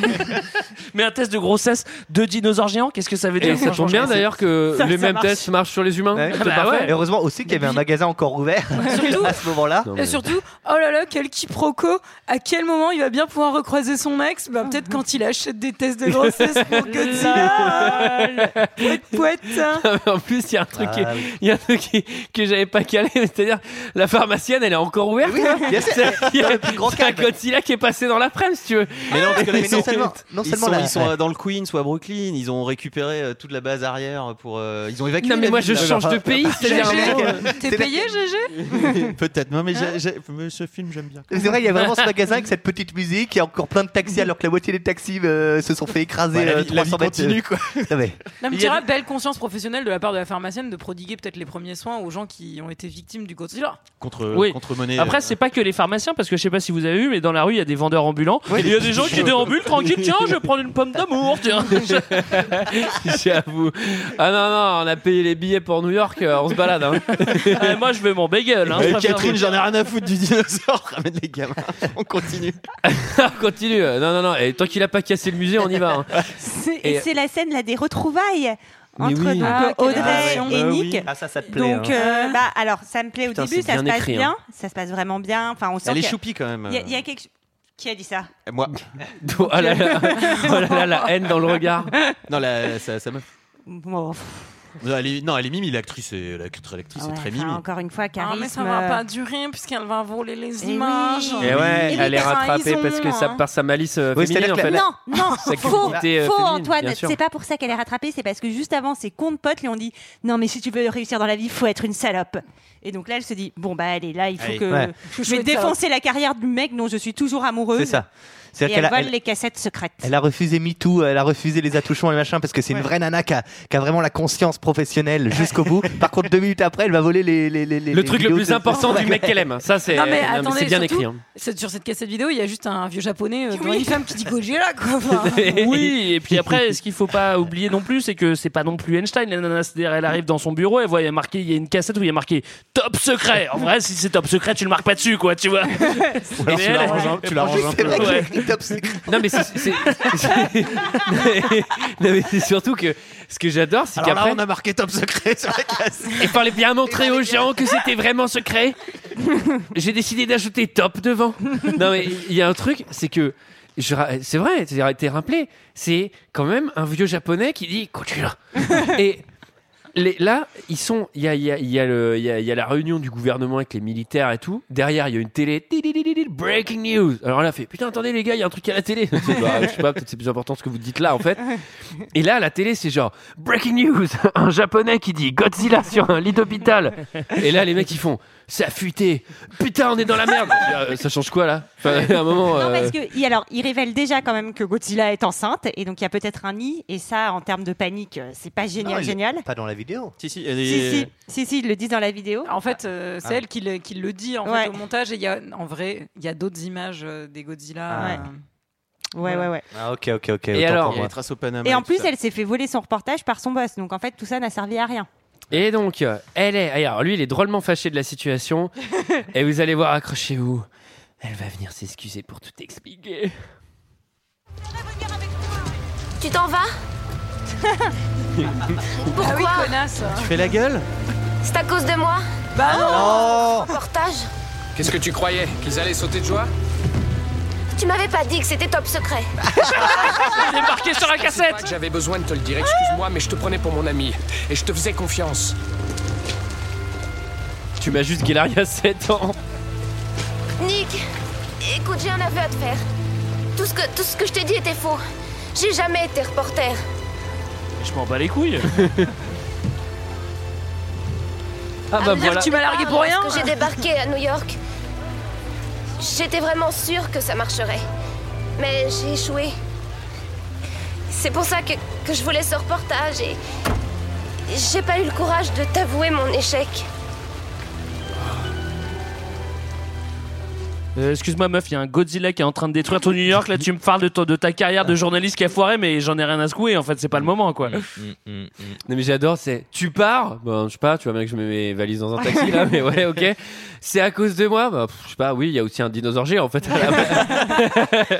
S8: Mais un test de grossesse de dinosaures géants, qu'est-ce que ça veut dire
S1: Et ça tombe bien d'ailleurs que
S8: Ça,
S1: les
S8: ça
S1: mêmes
S8: marche.
S1: tests marchent sur les humains.
S7: Ouais.
S1: C'est
S7: Bah
S1: parfait.
S7: ouais. Et heureusement aussi qu'il y avait un magasin encore ouvert à ce moment-là.
S9: Et surtout, oh là là, quel quiproquo À quel moment il va bien pouvoir recroiser son ex
S7: Oh,
S9: bah, Peut-être quand il achète des tests de grossesse pour Godzilla Pouette, pouette
S1: en plus, il y a un truc, qui-
S9: Ah oui.
S1: il y a un truc qui- que j'avais pas calé, c'est-à-dire la pharmacienne, elle est encore ouverte.
S7: Oui, bien sûr.
S1: C'est- il y a-
S7: Dans le plus grand
S1: c'est un
S7: cadre.
S1: Godzilla qui est passé dans l'après-midi, si tu veux.
S10: Mais non, parce que là,
S1: Mais
S10: ils sont,
S1: non seulement- non
S10: ils
S1: seulement
S10: sont,
S1: la-
S10: ils sont, euh,
S1: ouais.
S10: dans le Queens ou à Brooklyn, ils ont récupéré euh, toute la base arrière pour. euh, ils ont évacué.
S1: Non, mais
S10: la
S1: moi,
S10: ville,
S1: je
S10: là.
S1: change de pays, c'est-à-dire, à un moment, euh,
S9: T'es payé, GG
S10: Peut-être, non, mais j'ai- j'ai- mais ce film, j'aime bien.
S7: C'est vrai, il y a vraiment ce magasin avec cette petite musique. Il y a encore plein de taxis alors que la moitié des taxis euh, se sont fait écraser
S10: Ouais, la
S7: euh,
S10: vie- la
S7: 300
S10: vie
S7: mètres.
S10: continue, quoi.
S7: Non, mais-
S9: Non, mais
S7: Il
S9: tu
S7: y a
S9: diras, belle conscience professionnelle de la part de la pharmacienne de prodiguer peut-être les premiers soins aux gens qui ont été victimes du Godzilla.
S10: Contre,
S8: Oui.
S10: contre monnaie.
S8: Après, c'est pas que les pharmaciens, parce que je sais pas si vous avez vu, mais dans la rue, il y a des vendeurs vendeurs ambulants.
S1: Ouais.
S8: Et Il y a des gens qui déambulent tranquille. Tiens, je vais prendre une pomme d'amour. Tiens.
S1: J'avoue. Ah non, non, on a payé les billets pour New York, euh, on se balade. hein.
S8: Ah, moi, je vais mon bagel. Hein,
S10: Euh,
S8: je préfère
S10: Catherine,
S8: vous
S10: j'en
S8: dire.
S10: ai rien à foutre du dinosaure. Ramène les gamins. On continue.
S1: on continue. Non, non, non. Et tant qu'il a pas cassé le musée, on y va. hein.
S6: C'est-
S1: Et-
S6: Et c'est la scène là des retrouvailles
S1: Mais
S6: entre
S1: oui.
S6: donc,
S1: Ah, quelle
S6: Audrey
S1: émotion.
S6: et
S1: Bah oui.
S6: Nick.
S1: Ah, ça, ça te plaît,
S6: Donc
S1: hein.
S6: euh, bah alors ça me plaît au
S10: Putain,
S6: début,
S10: c'est
S6: ça se
S10: bien
S6: passe
S10: écrit,
S6: bien,
S10: hein.
S6: ça se passe vraiment bien. Enfin, on sent
S10: Elle est
S6: qu'il y a-
S10: choupie, quand même.
S6: Il y a- il y, a quelque chose. Qui a dit ça
S10: Moi.
S1: Oh là là, oh là là, la haine dans le regard.
S10: Non, la, sa, sa meuf.
S6: Bon, Ah
S10: Non, elle est, non, elle est mimi, l'actrice. est- L'actrice l'actrice
S6: ouais,
S10: est très
S6: enfin,
S10: mimi.
S6: encore une fois,
S9: Ah,
S6: charisme. euh, eh
S9: mais ça va pas durer puisqu'elle va voler les images.
S1: Et euh, ouais,
S9: les
S1: elle est
S9: trahisons,
S1: rattrapée parce que ça
S9: hein.
S1: par sa malice euh,
S7: Oui,
S1: féminine
S7: c'est-à-dire
S1: en
S7: que
S1: fait.
S7: la-
S6: Non, non,
S1: Sa
S6: faux,
S1: culpité, euh,
S6: faux
S1: féminine,
S6: Antoine.
S1: bien sûr.
S6: C'est pas pour ça qu'elle est rattrapée, c'est parce que juste avant, ses comptes potes lui ont dit non, mais si tu veux réussir dans la vie, faut être une salope. Et donc là, elle se dit bon bah allez, là, il faut
S7: Allez.
S6: que
S7: Ouais.
S6: je vais
S9: une salope.
S6: défoncer la carrière du mec dont je suis toujours amoureuse.
S7: C'est ça.
S6: Et
S7: C'est-à-dire
S6: elle
S7: qu'elle a-
S6: vole
S7: elle-
S6: les cassettes secrètes.
S7: Elle a refusé MeToo, elle a refusé les attouchements et machin parce que c'est une vraie nana qui a, qui a vraiment la conscience professionnelle jusqu'au bout. Par contre, deux minutes après, elle va voler les. les, les- les-
S1: Le truc le
S7: vidéos
S1: plus
S7: de-
S1: important du mec
S7: Ouais.
S1: qu'elle aime. Ça, c'est
S9: Non, mais
S1: non, mais
S9: attendez,
S1: c'est bien
S9: surtout,
S1: écrit. hein.
S9: c'est- Sur cette cassette vidéo, il y a juste un vieux japonais euh, devant une femme qui dit Gojira, quoi. Enfin,
S8: oui, et puis après, ce qu'il faut pas oublier non plus, c'est que c'est pas non plus Einstein. La nana, c'est-à-dire, elle arrive dans son bureau, elle voit, il y a marqué, il y a une cassette où il y a marqué Top secret. En vrai, si c'est top secret, tu le marques pas dessus, quoi, tu
S10: Ou
S8: vois.
S10: alors
S8: Mais
S10: tu
S8: elle-
S10: la ranges un- tu la ranges un
S7: C'est
S10: peu.
S7: vrai
S8: Ouais.
S7: que j'ai écrit top secret.
S1: Non, mais c'est- c'est. c'est- Non, mais c'est surtout que ce que j'adore, c'est
S10: Alors là,
S1: qu'après.
S10: on a marqué top secret sur la cassette.
S1: Et fallait bien montrer aux gens que c'était vraiment secret. J'ai décidé d'ajouter top devant. Non mais il y a un truc, c'est que je ra- c'est vrai, tu as été rappelé, c'est quand même un vieux japonais qui dit Kojira. Et les- là, ils sont, il y a, il y a- il y a le- il y a- il y a la réunion du gouvernement avec les militaires et tout. Derrière, il y a une télé. Tididididid, Breaking news. Alors là, elle fait putain, attendez les gars, il y a un truc à la télé. Je sais pas, je sais pas, peut-être c'est plus important ce que vous dites là en fait. Et là, à la télé, c'est genre Breaking news, un japonais qui dit Godzilla sur un lit d'hôpital. Et là, les mecs, ils font ça a fuité. Putain, on est dans la merde. Je dis, Ah, euh, ça change quoi là Enfin, à un moment.
S6: Non,
S1: euh,
S6: parce que il- alors, il révèle déjà quand même que Godzilla est enceinte et donc il y a peut-être un nid. Et ça, en termes de panique, euh, c'est pas génial,
S7: Non, Ah, il-
S6: génial.
S7: Pas dans la vidéo.
S10: Si, si, elle
S6: Si,
S10: est-
S6: si, si, si, ils le disent dans la vidéo.
S9: En fait, euh,
S7: Ah.
S9: c'est elle qui le, qui le dit en fait,
S6: Ouais.
S9: au montage. Et il y a, en vrai, il y a d'autres images euh, des Godzilla.
S1: Ah.
S6: Ouais.
S9: euh,
S6: Ouais, ouais, ouais.
S7: Ah, ok, ok, ok.
S1: Et alors
S10: Il y a les traces au
S1: Ah,
S10: Panama.
S6: Et en
S10: tout
S6: plus,
S10: ça.
S6: elle s'est fait voler son reportage par son boss. Donc en fait, tout ça n'a servi à rien.
S1: Et donc, euh, elle est. Alors, lui, il est drôlement fâché de la situation. et vous allez voir, accrochez-vous. Elle va venir s'excuser pour tout expliquer.
S12: Tu t'en vas
S9: Ah oui,
S12: Pourquoi
S9: connasse.
S10: Tu fais la gueule Oh.
S12: C'est à cause de moi
S9: Bah non.
S12: Portage
S13: Qu'est-ce que tu croyais Qu'ils allaient sauter de joie
S12: Tu m'avais pas dit que c'était top secret.
S8: C'est marqué sur la
S13: C'est pas
S8: cassette.
S13: que J'avais besoin de te le dire, excuse-moi, mais je te prenais pour mon ami. Et je te faisais confiance.
S1: Tu m'as juste Guélard il y a 7 ans.
S12: Nick, écoute, j'ai un aveu à te faire. Tout ce que, tout ce que je t'ai dit était faux. J'ai jamais été reporter.
S8: Je m'en bats les couilles.
S1: Ah bah
S9: veut dire
S1: voilà.
S9: que tu m'as largué pour rien.
S12: Lorsque j'ai débarqué à New York, j'étais vraiment sûre que ça marcherait. Mais j'ai échoué. C'est pour ça que, que je voulais ce reportage et j'ai pas eu le courage de t'avouer mon échec.
S8: Euh, Excuse-moi, meuf, il y a un Godzilla qui est en train de détruire tout New York. Là, tu me parles de, ton- de ta carrière de journaliste qui a foiré, mais j'en ai rien à secouer. En fait, c'est pas le moment, quoi.
S1: Non mais j'adore, c'est tu pars, ben je sais pas, tu vois bien que je mets mes valises dans un taxi là, mais ouais ok. C'est à cause de moi, ben, pff, je sais pas, oui, il y a aussi un dinosaure géant en fait.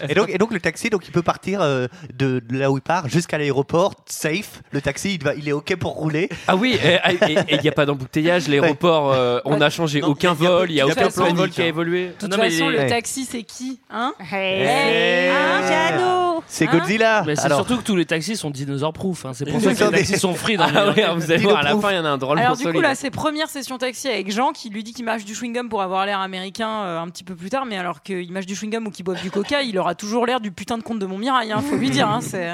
S7: Et donc, et donc le taxi, donc il peut partir euh, de, de là où il part jusqu'à l'aéroport, safe. Le taxi, il, va, il est ok pour rouler.
S1: ah oui, et il y a pas d'embouteillage, l'aéroport, euh, on a changé
S10: y
S1: aucun
S10: a- y a
S1: vol, il y a
S10: pas-
S1: aucun
S10: y a pas
S1: plan
S10: de
S1: de vol qui a
S10: panique, hein.
S1: évolué.
S9: De toute
S8: Non, mais
S9: façon,
S8: les-
S9: le
S7: Ouais.
S9: taxi, c'est qui hein Ah,
S6: Hey.
S7: Hey.
S6: Hein, Jeannot
S7: C'est
S9: Hein
S7: Godzilla.
S8: Ah. Mais c'est
S7: Alors,
S8: surtout que tous les taxis sont dinosaure-proof. hein. C'est pour
S7: Ils
S8: ça que
S7: sont
S8: les
S7: des-
S8: taxis sont free dans New
S1: Ah
S8: York.
S1: ouais, vous allez voir, à la
S7: Dino-proof.
S1: fin il y en a un drôle
S9: Alors
S1: pour
S9: du coup
S1: solide.
S9: là, c'est première session taxi avec Jean qui lui dit qu'il mâche du chewing-gum pour avoir l'air américain euh, un petit peu plus tard, mais alors qu'il mâche du chewing-gum ou qu'il boive du coca, il aura toujours l'air du putain de comte de Montmirail, hein, faut lui dire. Hein, c'est...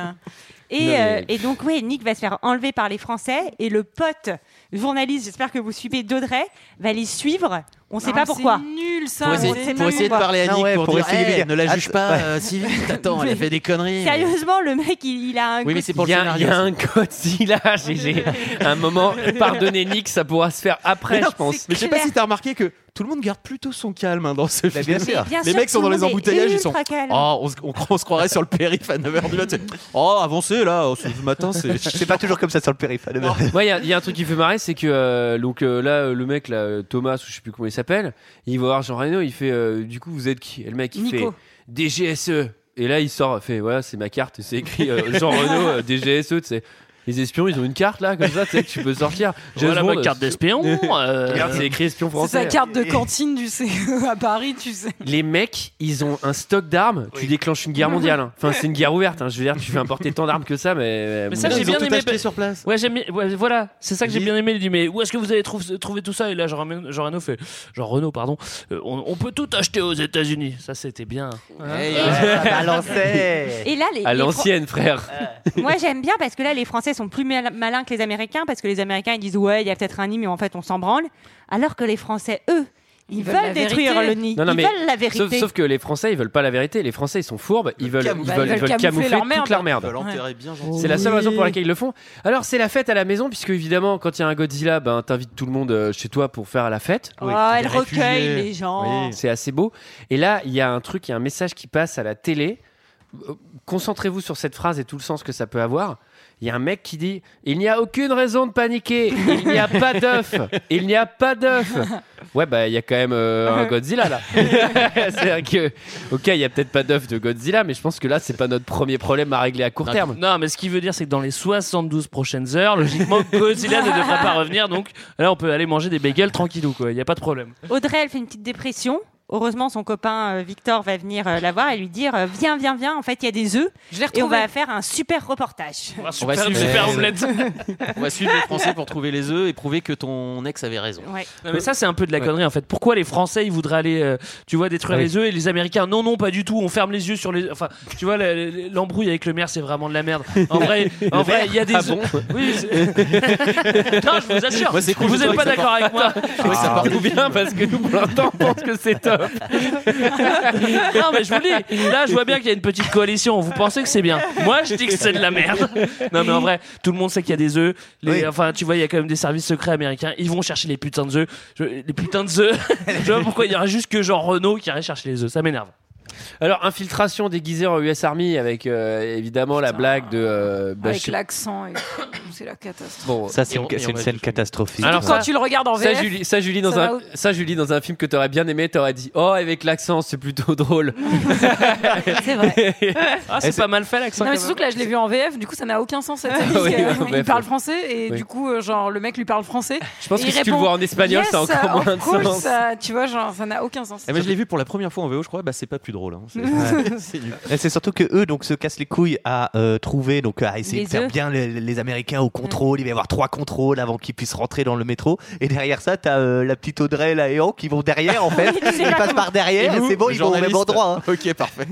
S6: Et, euh, et donc, oui, Nick va se faire enlever par les Français et le pote journaliste, j'espère que vous suivez d'Audrey, va les suivre. On sait
S9: Non,
S6: pas
S9: mais
S6: pourquoi.
S9: C'est nul ça.
S10: Pour
S6: Ah,
S10: essayer,
S6: on sait
S10: pour
S6: même
S10: essayer de
S6: pas.
S10: parler à
S7: Ah
S10: Nick
S7: ouais,
S10: pour,
S7: pour
S10: dire,
S7: essayer de
S10: Eh,
S7: dire,
S10: ne la juge
S7: att-
S10: pas
S7: ouais.
S10: euh, si vite, attends, elle a fait des conneries.
S6: Sérieusement, le mec, il, il a un.
S10: Oui, mais
S6: côté-
S10: c'est pour
S1: Il y,
S10: le
S1: a il y
S10: scénario.
S1: a un Godzilla, j'ai j'ai un moment, pardonnez Nick, ça pourra se faire après
S10: Mais non,
S1: je pense.
S10: Mais je sais pas si t'as remarqué que tout le monde garde plutôt son calme hein, dans ce
S7: Bah,
S10: film.
S6: bien sûr. Mais bien
S10: les
S6: sûr,
S10: mecs sont
S6: tout
S10: dans
S6: le
S10: les
S6: monde est
S10: embouteillages, ils sont.
S6: ultra calme.
S10: Oh, on, se- on- on se croirait sur le périph' à 9h du matin. Oh, avancez là, ce matin, c'est.
S7: C'est pas toujours comme ça sur le périph'.
S1: Il y, a- y a un truc qui fait marrer, c'est que euh, donc euh, là euh, le mec là euh, Thomas ou je sais plus comment il s'appelle, il va voir Jean Reno, il fait euh, du coup vous êtes qui Et le mec il
S6: Nico.
S1: fait DGSE E. et là il sort, fait voilà c'est ma carte, c'est écrit euh, Jean Reno euh, DGSE, tu sais. Les espions, ils ont une carte là, comme ça, tu sais, que tu peux sortir.
S8: Voilà ma carte euh.
S1: d'espion. Regarde, c'est écrit espion
S9: C'est
S1: français.
S9: sa carte de cantine du CE à Paris, tu sais.
S1: Les mecs, ils ont un stock d'armes. Tu déclenches une guerre mondiale. hein. Enfin, c'est une guerre ouverte. hein. Je veux dire, tu fais importer tant d'armes que ça, mais. euh,
S8: Mais ça,
S1: bon.
S8: j'ai bien aimé.
S10: sur place.
S8: Ouais, j'aime bien- ouais, voilà, c'est ça que j'ai bien aimé. Il dit, mais où est-ce que vous avez trouv- trouvé tout ça Et là, Jean Reno Jean Reno fait, Jean Reno, pardon, euh, on, on peut tout acheter aux États-Unis. Ça, c'était bien.
S10: Hey,
S1: ça
S7: balançait.
S6: Eh, Et là, les-
S1: À
S6: les Fran- Euh,
S1: l'ancienne, frère.
S6: Moi, j'aime bien parce que là, les Français sont plus mal- malins que les Américains parce que les Américains, ils disent ouais, il y a peut-être un nid, mais en fait, on s'en branle. Alors que les Français, eux, ils,
S9: Ils veulent la
S6: veulent détruire
S9: vérité.
S6: le nid.
S1: Non, non,
S6: ils
S1: mais
S6: veulent la
S1: Sauf,
S6: vérité.
S1: sauf que les Français, ils veulent pas la vérité. Les Français, ils sont fourbes. Ils veulent, ils
S9: Bah,
S1: veulent, ils veulent camoufler,
S9: leur
S1: toute leur merde.
S10: Ils veulent enterrer bien gentil.
S1: C'est la seule
S10: Oui.
S1: raison pour laquelle ils le font. Alors, c'est la fête à la maison, puisque évidemment, quand il y a un Godzilla, ben, t'invites tout le monde euh, chez toi pour faire la fête.
S6: Oh, Oui. elle Les recueille réfugiés. les gens. Oui.
S1: C'est assez beau. Et là, il y a un truc, il y a un message qui passe à la télé. Euh, Concentrez-vous sur cette phrase et tout le sens que ça peut avoir. Il y a un mec qui dit Il n'y a aucune raison de paniquer. Il n'y a pas d'œuf. Il n'y a pas d'œuf. Ouais, bah, il y a quand même euh, un Godzilla là. C'est-à-dire que, ok, il n'y a peut-être pas d'œuf de Godzilla, mais je pense que là, c'est pas notre premier problème à régler à court terme.
S8: Non, mais ce qui veut dire, c'est que dans les 72 prochaines heures, logiquement, Godzilla ne devrait pas revenir. Donc là, on peut aller manger des bagels tranquillou, quoi. Il n'y a pas de problème.
S6: Audrey, elle fait une petite dépression. Heureusement, son copain euh, Victor va venir euh, la voir et lui dire euh, viens, viens, viens. En fait, il y a des œufs et on va faire un super reportage.
S10: On va suivre,
S8: super
S10: les-
S8: omelette.
S10: On va suivre les Français pour trouver les œufs et prouver que ton ex avait raison.
S6: Ouais.
S8: Non, mais ça, c'est un peu de la connerie en fait. Pourquoi les Français ils voudraient aller, euh, tu vois, détruire
S10: Ah oui.
S8: les œufs et les Américains Non, non, pas du tout. On ferme les yeux sur les. Enfin, tu vois, la- la- l'embrouille avec le maire, c'est vraiment de la merde. En vrai, en
S10: Le
S8: vrai,
S10: maire
S8: il y a des.
S10: Ah bon
S8: oui. c'est- non, je vous assure.
S10: Moi, c'est cool,
S8: vous
S10: je
S8: n'êtes
S10: trouvais
S8: pas
S10: que ça
S8: d'accord
S10: part-
S8: avec moi.
S10: trouvais que ça partait
S1: bien parce que nous, pour l'instant, on pense que c'est top.
S8: non, mais je vous le dis. Là, je vois bien qu'il y a une petite coalition. Vous pensez que c'est bien Moi, je dis que c'est de la merde. Non, mais en vrai, tout le monde sait qu'il y a des œufs. Les- Enfin, tu vois, il y a quand même des services secrets américains. Ils vont chercher les putains de œufs. Je- Les putains de œufs. je vois pourquoi il y aura juste que genre Renault qui irait chercher les œufs. Ça m'énerve.
S1: Alors, infiltration déguisée en US Army avec euh, évidemment la blague de. euh, bah, je
S9: Avec
S1: sais-
S9: l'accent, et... c'est la catastrophe.
S1: Bon,
S7: Ça, c'est
S1: et
S7: une,
S1: on-
S7: c'est
S1: et on
S7: une
S1: va-
S7: scène catastrophique.
S1: Alors
S9: Quand tu le regardes en
S1: Ça
S9: VF,
S1: Julie, ça, Julie, dans
S9: ça
S1: un,
S9: va
S1: ça, Julie, dans un film que t'aurais bien aimé, t'aurais dit Oh, avec l'accent, c'est plutôt drôle.
S6: c'est vrai.
S8: Ah,
S1: Et
S8: c'est
S1: c'est-
S8: pas mal fait l'accent.
S9: Non, mais
S8: quand
S9: surtout que là, je l'ai vu en VF, du coup, ça n'a aucun sens cette scène.
S1: Ah, Oui,
S9: parce que,
S1: en
S9: euh, il
S1: VF,
S9: parle
S1: oui.
S9: français et
S1: Oui.
S9: du coup, euh, genre, le mec lui parle français.
S1: Je pense
S9: et
S1: que
S9: il
S1: si tu le
S9: répond,
S1: vois en espagnol, ça a
S9: Yes,
S1: encore
S9: of
S1: moins de
S9: course,
S1: sens.
S9: euh, tu vois, genre, ça n'a aucun sens.
S10: Et moi, Eh ben, je l'ai vu pour la première fois en VO, je crois. Bah, c'est pas plus drôle. hein. C'est- C'est nul.
S7: Et Eh, C'est surtout que eux donc se cassent les couilles à euh, trouver donc à essayer
S9: Les
S7: de faire
S9: œufs.
S7: bien les, les Américains au contrôle. Il va y avoir trois contrôles avant qu'ils puissent rentrer dans le métro. Et derrière ça, t'as euh, la petite Audrey là et Hank qui vont derrière en fait.
S9: Oui, tu
S7: ils
S9: sais pas
S7: passent
S9: comment-
S7: par derrière.
S10: Et
S7: et
S10: vous,
S7: C'est bon, ils vont au même
S10: journaliste
S7: endroit. hein.
S10: Ok, parfait.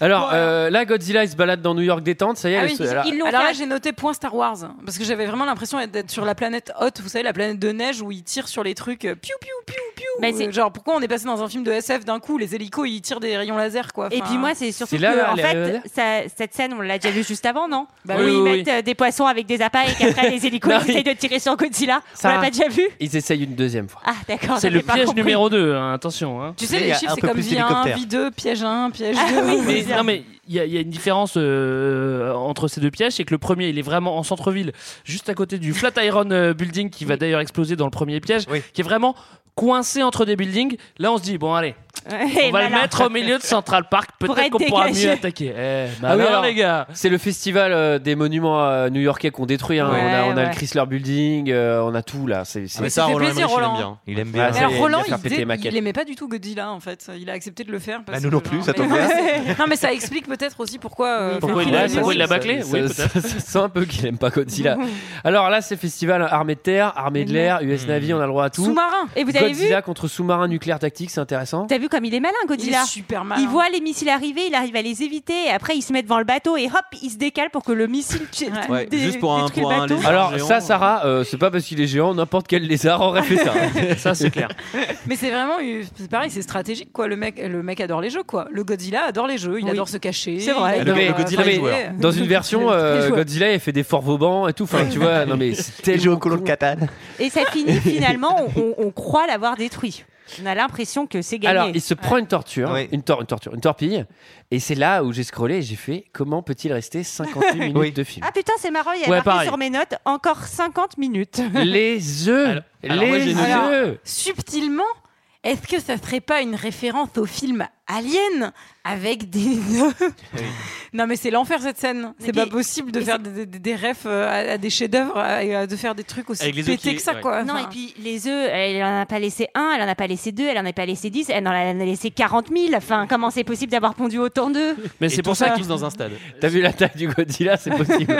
S1: Alors euh, là, Godzilla, il se balade dans New York détente. Ça y est,
S9: Ah
S1: elle
S9: oui,
S1: se- elle a-
S9: ils l'ont Alors là, j'ai noté point Star Wars hein, parce que j'avais vraiment l'impression d'être- d'être sur la planète haute, vous savez, la planète de neige où ils tirent sur les trucs. euh, Piou piou piou piou.
S6: Mais c'est-
S9: Euh, Genre pourquoi on est passé dans un film de SF d'un coup les hélicos ils tirent des rayons laser quoi.
S6: Et
S9: enfin.
S6: puis moi, c'est surtout
S1: C'est là,
S6: que,
S1: là,
S6: en
S1: les
S6: fait,
S1: rayons
S6: ça- cette scène, on l'a déjà vue juste avant, non
S1: Bah
S6: Où
S1: oui,
S6: ils
S1: oui,
S6: mettent euh, des poissons avec des appâts et qu'après, les hélicos
S1: Non,
S6: ils essayent
S1: oui.
S6: de tirer sur Godzilla.
S1: Ça-
S6: on l'a pas déjà vu
S1: Ils essayent une deuxième fois.
S6: Ah, d'accord.
S8: même. C'est le
S6: j'avais pas
S8: piège
S6: compris.
S8: numéro 2, attention. hein.
S9: Tu sais,
S7: Mais il y
S9: les
S7: a
S9: chiffres,
S7: un
S9: c'est
S7: peu
S9: comme
S7: plus
S9: vie 1,
S7: d'hélicoptères.
S9: vie 2, piège 1, piège 2.
S6: Ah oui,
S8: Mais-
S6: c'est ça.
S8: non mais il y, a- il y a une différence euh, entre ces deux pièges, c'est que le premier il est vraiment en centre-ville, juste à côté du Flatiron euh, Building qui va d'ailleurs exploser dans le premier piège, qui est vraiment coincé entre des buildings. Là on se dit bon allez,
S6: Et
S8: on va le
S6: voilà.
S8: mettre au milieu de Central Park,
S6: Pour
S8: peut-être
S6: être
S8: qu'on pourra
S6: dégagé.
S8: mieux attaquer. Eh,
S1: Ah oui,
S8: malin,
S1: alors,
S8: les gars.
S1: C'est le festival euh, des monuments euh, new-yorkais qu'on détruit. hein.
S6: Ouais,
S1: on a, on a
S6: ouais.
S1: le Chrysler Building, euh, on a tout là. C'est c'est-
S10: Ah, mais ça,
S9: fait
S10: Roland
S9: plaisir,
S10: Emmerich, il aime
S9: Roland.
S10: bien.
S7: Il aime
S1: Ah,
S7: bien.
S1: ça
S9: Alors
S1: y est, il
S9: Roland,
S1: va faire
S9: il,
S1: péter les
S9: dé-
S1: maquettes.
S9: il aimait pas du tout Godzilla en fait. Il a accepté de le faire. Parce
S7: Bah, nous non
S9: que,
S7: plus,
S9: genre,
S7: ça
S9: mais-
S7: tombe bien.
S9: non mais ça explique peut-être aussi pourquoi. euh,
S8: Pourquoi
S9: enfin,
S8: il l'a-
S9: a-
S8: pourquoi il l'a
S1: Ça-
S8: bâclé
S1: ça-
S8: Oui,
S1: ça,
S8: peut-être.
S1: ça sent un peu qu'il aime pas Godzilla. Alors là, c'est festival hein, armée de terre, armée de l'air,
S10: Mmh.
S1: US Navy, on a le droit à tout.
S9: Sous-marin.
S6: Et vous avez vu
S1: Godzilla contre sous-marin nucléaire tactique, c'est intéressant.
S6: T'as vu comme il est malin,
S9: Il
S6: Godzilla
S9: est super mal.
S6: Il voit les missiles arriver, il arrive à les éviter, et après il se met devant le bateau et hop, il se décale pour que le missile tue-
S10: Ouais,
S6: dé-
S10: juste pour un-
S6: détruit
S10: pour
S6: le
S10: un
S6: bateau.
S10: lézard.
S1: Alors
S10: géant.
S1: ça, Sarah, euh, c'est pas parce qu'il est géant, n'importe quel lézard aurait fait ça.
S8: Ça c'est clair.
S9: Mais c'est vraiment, eu- c'est pareil, c'est stratégique quoi. Le mec, le mec adore les jeux quoi. Le Godzilla adore les jeux, il
S6: Oui.
S9: adore se cacher.
S6: C'est vrai.
S9: il
S6: Le-
S9: adore,
S1: le
S9: euh,
S10: Godzilla
S9: enfin,
S10: est
S9: il
S10: joueur.
S9: est-
S1: Dans une version, euh,
S9: Très joueur.
S1: Godzilla il fait des forts vaubans et tout. Enfin, tu vois, non mais c'est
S7: Il joue
S1: tellement
S7: au colon de
S1: cool.
S7: Catane.
S6: Et ça finit finalement, on, on- on croit l'avoir détruit. On a l'impression que c'est gagné.
S1: Alors, il se prend une torture, une, tor- une torture, une torpille, et c'est là où j'ai scrollé et j'ai fait comment peut-il rester 58 minutes
S6: Oui.
S1: de film
S6: Ah putain, c'est marrant, il y a
S1: Ouais,
S6: marqué
S1: pareil.
S6: sur mes notes encore 50 minutes.
S1: Les œufs,
S6: alors moi,
S1: les
S6: j'ai noté-
S1: œufs.
S9: Subtilement, est-ce que ça serait pas une référence au film Alien avec des œufs Non, mais c'est l'enfer cette scène. C'est pas possible de faire des, des, des refs, euh, à, à des chefs-d'œuvre, à- et, euh, de faire des trucs aussi
S6: Avec les œufs
S9: pétés
S6: qui-
S9: que ça,
S6: ouais.
S9: quoi.
S6: Non, et puis les œufs, elle en a pas laissé un, elle en a pas laissé deux, elle en a pas laissé dix, elle en a laissé 40 000. Enfin, comment c'est possible d'avoir pondu autant d'œufs
S10: Mais c'est pour ça qu'ils sont dans un stade.
S1: T'as vu la taille du Godzilla, c'est possible.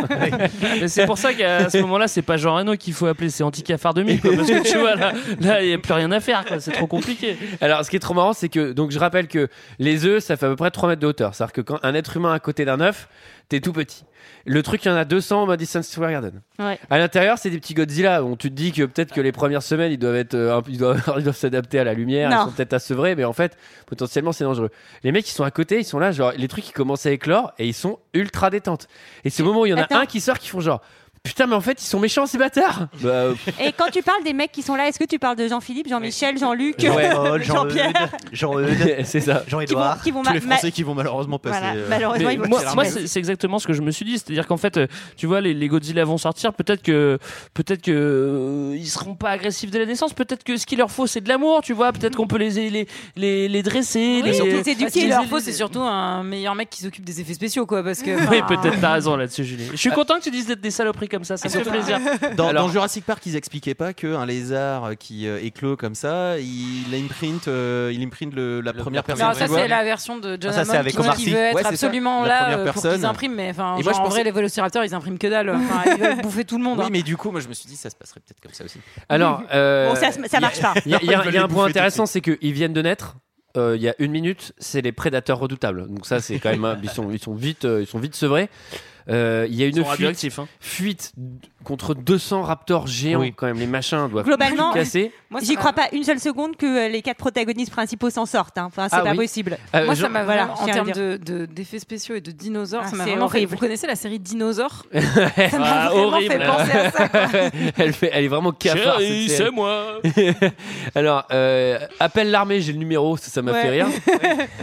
S8: Mais c'est pour ça qu'à ce moment-là, c'est pas Jean Reno qu'il faut appeler, c'est Anti-Cafard 2000. quoi, parce que tu vois, là, là, il n'y a plus rien à faire, quoi, c'est trop compliqué.
S1: Alors, ce qui est trop marrant, c'est que donc je rappelle que les œufs, ça fait à peu près 3 mètres de hauteur. C'est-à-dire que quand un être humain à côté d'un œuf, t'es tout petit. Le truc, il y en a 200 au Madison Square Garden.
S6: Ouais.
S1: À l'intérieur, c'est des petits Godzilla. Bon, tu te dis que peut-être que les premières semaines, ils doivent être, euh, un peu- ils doivent, ils doivent s'adapter à la lumière.
S6: Non.
S1: Ils sont peut-être assevrés, mais en fait, potentiellement, c'est dangereux. Les mecs, ils sont à côté, ils sont là, genre les trucs, ils commencent à éclore et ils sont ultra détentes. Et c'est au moment où il y en a
S6: Attends.
S1: un qui sort, qui font genre. Putain, mais en fait, ils sont méchants, ces bâtards! Bah, euh,
S6: Et quand tu parles des mecs qui sont là, est-ce que tu parles de Jean-Philippe, Jean-Michel, Jean-Luc,
S1: Jean-Paul,
S6: Jean-Pierre
S1: Jean-Eudes,
S10: c'est ça.
S1: Jean-Édouard.
S6: qui vont
S10: Tous les
S6: ma- ma-
S10: Français qui vont malheureusement passer.
S6: Voilà,
S10: euh,
S6: malheureusement,
S8: Mais
S6: ils vont
S8: moi,
S6: passer
S8: moi,
S6: la
S8: c'est c'est exactement ce que je me suis dit, c'est-à-dire qu'en fait, euh, tu vois, les, les Godzilla vont sortir, peut-être que, peut-être que, euh, ils seront pas agressifs dès la naissance, peut-être que ce qu'il leur faut, c'est de l'amour, tu vois, peut-être qu'on peut les, les, les, les dresser,
S9: Oui, surtout,
S8: les
S9: ce qu'il leur faut, c'est surtout un meilleur mec qui s'occupe des effets spéciaux, quoi. Parce que,
S8: Oui,
S9: enfin,
S8: peut-être t'as raison là-dessus, Julie. Je suis content que tu dises d'être des saloperies comme ça, ça me fait plaisir.
S6: euh,
S10: Dans, dans Jurassic Park, ils expliquaient pas qu'un lézard qui euh, éclot comme ça, il imprint, euh, il imprint le- la première personne.
S9: Non,
S10: qui
S9: ça
S10: voit.
S9: c'est la version de John
S10: Ah, ça,
S9: Hammond
S10: c'est avec
S9: qui,
S10: Omar
S9: qui
S10: Sy.
S9: veut être
S10: Ouais, c'est ça.
S9: absolument
S10: La
S9: là
S10: première
S9: euh, pour
S10: personne.
S9: qu'ils impriment mais enfin
S10: Et moi,
S9: genre,
S10: je
S9: en
S10: pensais-
S9: vrai les vélociraptors ils impriment que dalle Enfin, ils veulent bouffer tout le monde
S10: Oui,
S9: hein.
S10: mais du coup, moi je me suis dit, ça se passerait peut-être comme ça aussi.
S1: Alors, euh,
S9: Bon, ça se- ça marche pas.
S1: Il y a, il y a-
S10: Ils veulent
S1: il y a
S10: les
S1: un point
S10: bouffer
S1: intéressant, c'est qu'ils viennent de naître. euh, Il y a une minute, c'est les prédateurs redoutables. Donc ça, c'est quand même, un- ils sont, ils sont vite, euh, ils sont vite sevrés. Euh, Il y a
S8: Ils
S1: une
S8: sont
S1: fuite,
S8: radioactifs, hein.
S1: fuite d- contre 200 raptors géants
S8: Oui.
S1: quand même. Les machins doivent
S6: Globalement,
S1: tout casser.
S9: Moi, ça
S6: j'y
S9: m'a-
S6: crois pas une seule seconde que euh, les quatre protagonistes principaux s'en sortent. hein. Enfin, c'est
S1: Ah
S6: pas
S1: oui.
S6: possible.
S1: Euh,
S9: moi
S1: Jean-
S9: ça m'a
S6: Voilà,
S9: vraiment
S6: je
S9: en
S6: tiens à
S9: termes
S6: le
S9: de- de- d'effets spéciaux et de dinosaures
S6: Ah,
S9: ça m'a
S6: c'est
S9: vraiment fait-
S6: horrible.
S9: vous connaissez la série Dinosaures
S1: Ah,
S9: vraiment fait penser à ça, quoi.
S1: elle, fait- elle est vraiment cafard.
S8: Chérie, c'est
S1: cette série.
S8: moi.
S1: alors, euh, appelle l'armée, j'ai le numéro, ça ça m'a
S8: Ouais.
S1: fait rire.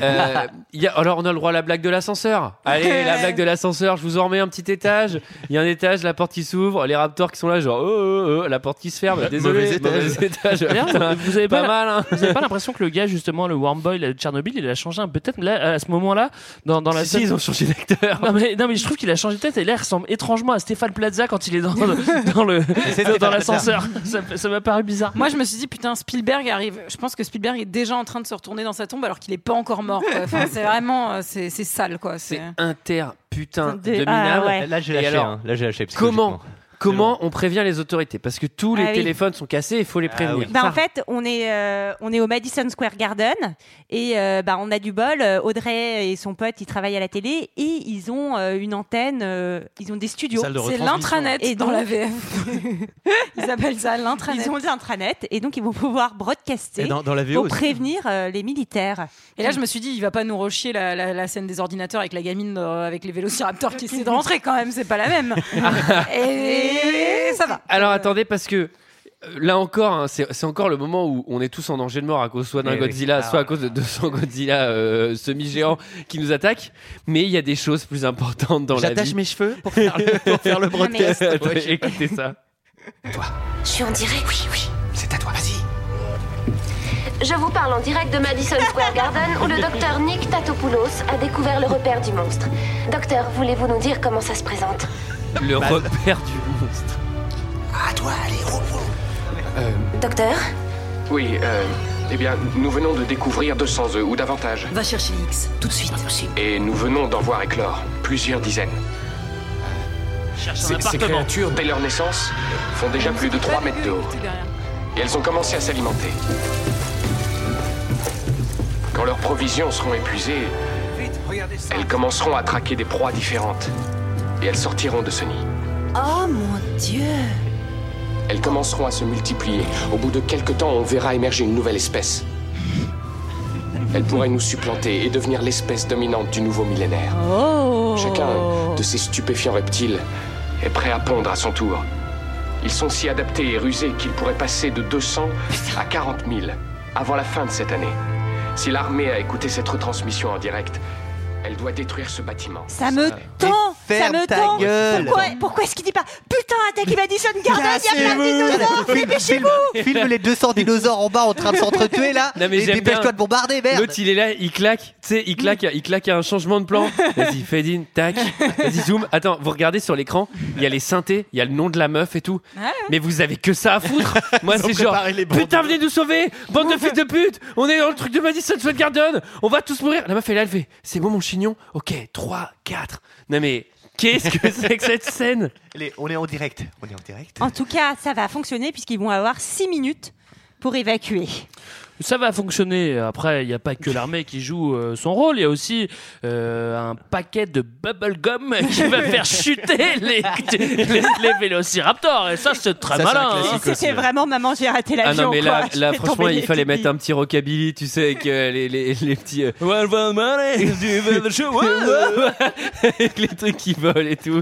S1: Euh, il y a- alors, on a le droit à la blague de l'ascenseur. Allez, la blague de l'ascenseur, je vous en remets un petit étage. Il y a un étage, la porte qui s'ouvre, les raptors qui sont là, genre, oh, oh, oh, la porte qui se ferme, désolé,
S8: Mauvais
S1: mauvais étage.
S8: D'ailleurs,
S1: Putain,
S8: vous avez pas,
S1: pas mal. hein.
S8: Vous avez pas l'impression que le gars, justement, le Warm Boy là, de Tchernobyl, il a changé un peut-être là à ce moment-là dans, dans la
S1: Si, si, ils ont changé d'acteur.
S8: Non mais, non mais je trouve qu'il a changé de tête et là il ressemble étrangement à Stéphane Plaza quand il est dans, le- dans le
S7: c'est
S8: dans,
S7: Stéphane
S8: l'ascenseur. Ça m'a- ça m'a paru bizarre.
S9: moi je me suis dit putain Spielberg arrive je pense que Spielberg est déjà en train de se retourner dans sa tombe alors qu'il est pas encore mort quoi. Enfin, c'est vraiment euh, c'est c'est sale quoi c'est
S1: Inter, putain, de
S9: Des-
S1: minable.
S9: ah ouais.
S7: Là, j'ai
S1: Et
S7: lâché,
S1: alors,
S7: hein. Là, j'ai lâché,
S1: Comment, comment on prévient les autorités Parce que tous les
S6: Ah oui.
S1: téléphones sont cassés, il faut
S7: Ah
S1: les
S9: Ah
S1: prévenir.
S6: Bah, en fait, on est, euh, on est au Madison Square Garden et euh, bah, on a du bol. euh, Audrey et son pote, ils travaillent à la télé et ils ont euh, une antenne, euh, ils ont des studios.
S9: Salle de C'est retransmission. l'intranet
S6: Et
S9: dans
S6: donc-
S9: la VF. ils appellent ça l'intranet
S6: Ils ont l'intranet et donc ils vont pouvoir broadcaster
S10: Et dans- dans la VO
S6: pour
S10: aussi.
S6: prévenir euh, les militaires.
S9: Et là, je me suis dit, il va pas nous rocher la, la- la scène des ordinateurs avec la gamine euh, avec les vélociraptors qui essaie de rentrer quand même, c'est pas la même. Et ça va.
S1: Alors attendez, parce que euh, là encore, hein, c'est c'est encore le moment où on est tous en danger de mort à cause soit d'un
S8: Eh oui.
S1: Godzilla,
S8: Ah.
S1: soit à cause de 200 Godzilla euh, semi-géants qui nous attaquent. Mais il y a des choses plus importantes dans la vie.
S10: J'attache mes cheveux pour faire le, pour faire le broadcast.
S1: Attends,
S10: Ouais, j'ai-
S1: Écoutez ça.
S12: Je suis en direct. Oui, oui.
S2: C'est à toi, vas-y.
S12: Je vous parle en direct de Madison Square Garden où le docteur Nick Tatopoulos a découvert le repère du monstre. Docteur, voulez-vous nous dire comment ça se présente
S1: Le
S10: Bah,
S1: repère du monstre.
S2: À toi, allez, roule, roule.
S12: Docteur
S13: Euh, Oui, euh, eh bien, nous venons de découvrir 200 œufs ou davantage.
S14: Va chercher X, tout de suite.
S13: Et nous venons d'en voir éclore plusieurs dizaines. Ces, ces créatures, dès leur naissance, font déjà plus de 3 mètres de haut. Et elles ont commencé à s'alimenter. Quand leurs provisions seront épuisées, elles commenceront à traquer des proies différentes. Et elles sortiront de ce nid.
S14: Oh mon dieu
S13: Elles commenceront à se multiplier. Au bout de quelques temps, on verra émerger une nouvelle espèce. Elle pourrait nous supplanter et devenir l'espèce dominante du nouveau millénaire.
S6: Oh.
S13: Chacun de ces stupéfiants reptiles est prêt à pondre à son tour. Ils sont si adaptés et rusés qu'ils pourraient passer de 200 à 40 000 avant la fin de cette année. Si l'armée a écouté cette retransmission en direct, elle doit détruire ce bâtiment.
S6: Ça me tend Ça
S13: ferme
S6: me
S13: ta
S6: tend
S13: gueule.
S6: Pourquoi, pourquoi est-ce qu'il dit pas Putain, attaquez Madison Garden, il y a plein de
S7: Cassez-vous.
S6: dinosaures
S7: Filme-
S6: Dépêchez-vous
S7: filme- Filme les 200 dinosaures en bas en train de s'entretuer là.
S1: Non, mais
S7: Et
S1: j'aime bien.
S7: dépêche-toi de bombarder, merde.
S1: L'autre il est là, il claque, tu sais, il claque, il claque à un changement de plan. Vas-y, fade in, tac, vas-y, zoom. Attends, vous regardez sur l'écran, il y a les synthés, il y a le nom de la meuf et tout.
S9: Ouais, ouais.
S1: Mais vous avez que ça à foutre. Moi,
S8: Ils ont
S1: c'est genre,
S8: préparé les bandes.
S1: putain, venez nous sauver, bande de fils de pute, on est dans le truc de Madison Square Garden, on va tous mourir. La meuf elle est là, elle fait, c'est bon mon chignon Ok, 3, 4. Non mais, qu'est-ce que c'est que cette scène
S7: Allez, on est en direct. On est en direct.
S6: En tout cas, ça va fonctionner puisqu'ils vont avoir 6 minutes pour évacuer.
S8: Ça va fonctionner. Après, il n'y a pas que l'armée qui joue euh, son rôle. Il y a aussi euh, un paquet de bubblegum qui va faire chuter les, les, les vélociraptors. Et ça, c'est très
S1: Ça, c'est un
S8: malin. hein.
S1: classique
S6: C'était vraiment maman, j'ai raté
S1: Ah
S6: l'avion.
S1: non, mais là,
S6: quoi.
S1: là
S6: Je fais
S1: franchement,
S6: tomber
S1: il
S6: les
S1: fallait
S6: toupies.
S1: mettre un petit rockabilly, tu sais, avec euh, les, les, les petits. euh, avec les trucs qui volent et tout.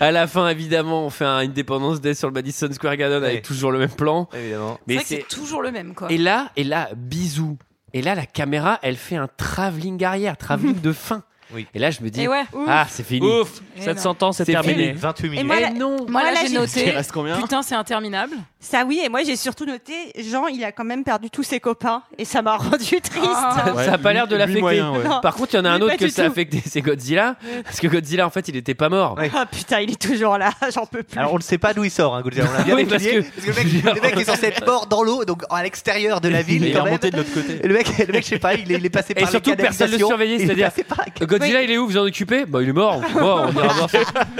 S1: À la fin, évidemment, on fait un Independence Day sur le Madison Square Garden avec toujours le même plan.
S7: Évidemment.
S9: C'est vrai que c'est toujours le même, quoi. Ah,
S1: Et là, et là, bisous. Et là, la caméra, elle fait un travelling arrière, travelling de fin. Et là, je me dis,
S9: Et ouais.
S1: ah,
S9: Ouf.
S1: c'est fini.
S8: Ouf,
S9: Et
S8: 700 ans, c'est
S1: C'est
S8: terminé.
S1: fini.
S7: 28
S6: Et moi, là-
S9: Moi, là,
S6: moi, là,
S9: j'ai
S6: j'ai-
S9: noté.
S6: Il reste combien
S9: Putain, c'est interminable.
S6: Ça oui, et moi j'ai surtout noté, Jean, il a quand même perdu tous ses copains, et ça m'a rendu triste.
S1: Ça- ça a pas l'air de l'affecter.
S6: Ah. Non.
S1: Par contre, il y en a un
S6: Mais
S1: autre
S6: pas
S1: que
S6: du
S1: ça a
S6: tout.
S1: affecté, c'est Godzilla. Parce que Godzilla, en fait, il était pas mort.
S6: Ah putain, il est toujours là, j'en peux plus.
S7: Alors on ne sait pas d'où il sort, hein, Godzilla. On l'a bien
S1: Oui, parce
S7: étudié.
S1: que-
S7: Parce que, le, mec, le mec est censé être mort dans l'eau, donc à l'extérieur de la ville.
S1: Mais il est
S7: quand même.
S1: remonté de l'autre côté.
S7: Et Le mec, le mec, je sais pas, il est, il est passé
S1: Et
S7: par
S1: surtout,
S7: les
S1: personne ne le
S7: canalisations.
S1: surveillait,
S7: Il est
S1: c'est-à-dire. euh,
S7: passé par-
S1: Godzilla, il est où Vous en occupez Bah, il est mort. Bon, on ira voir.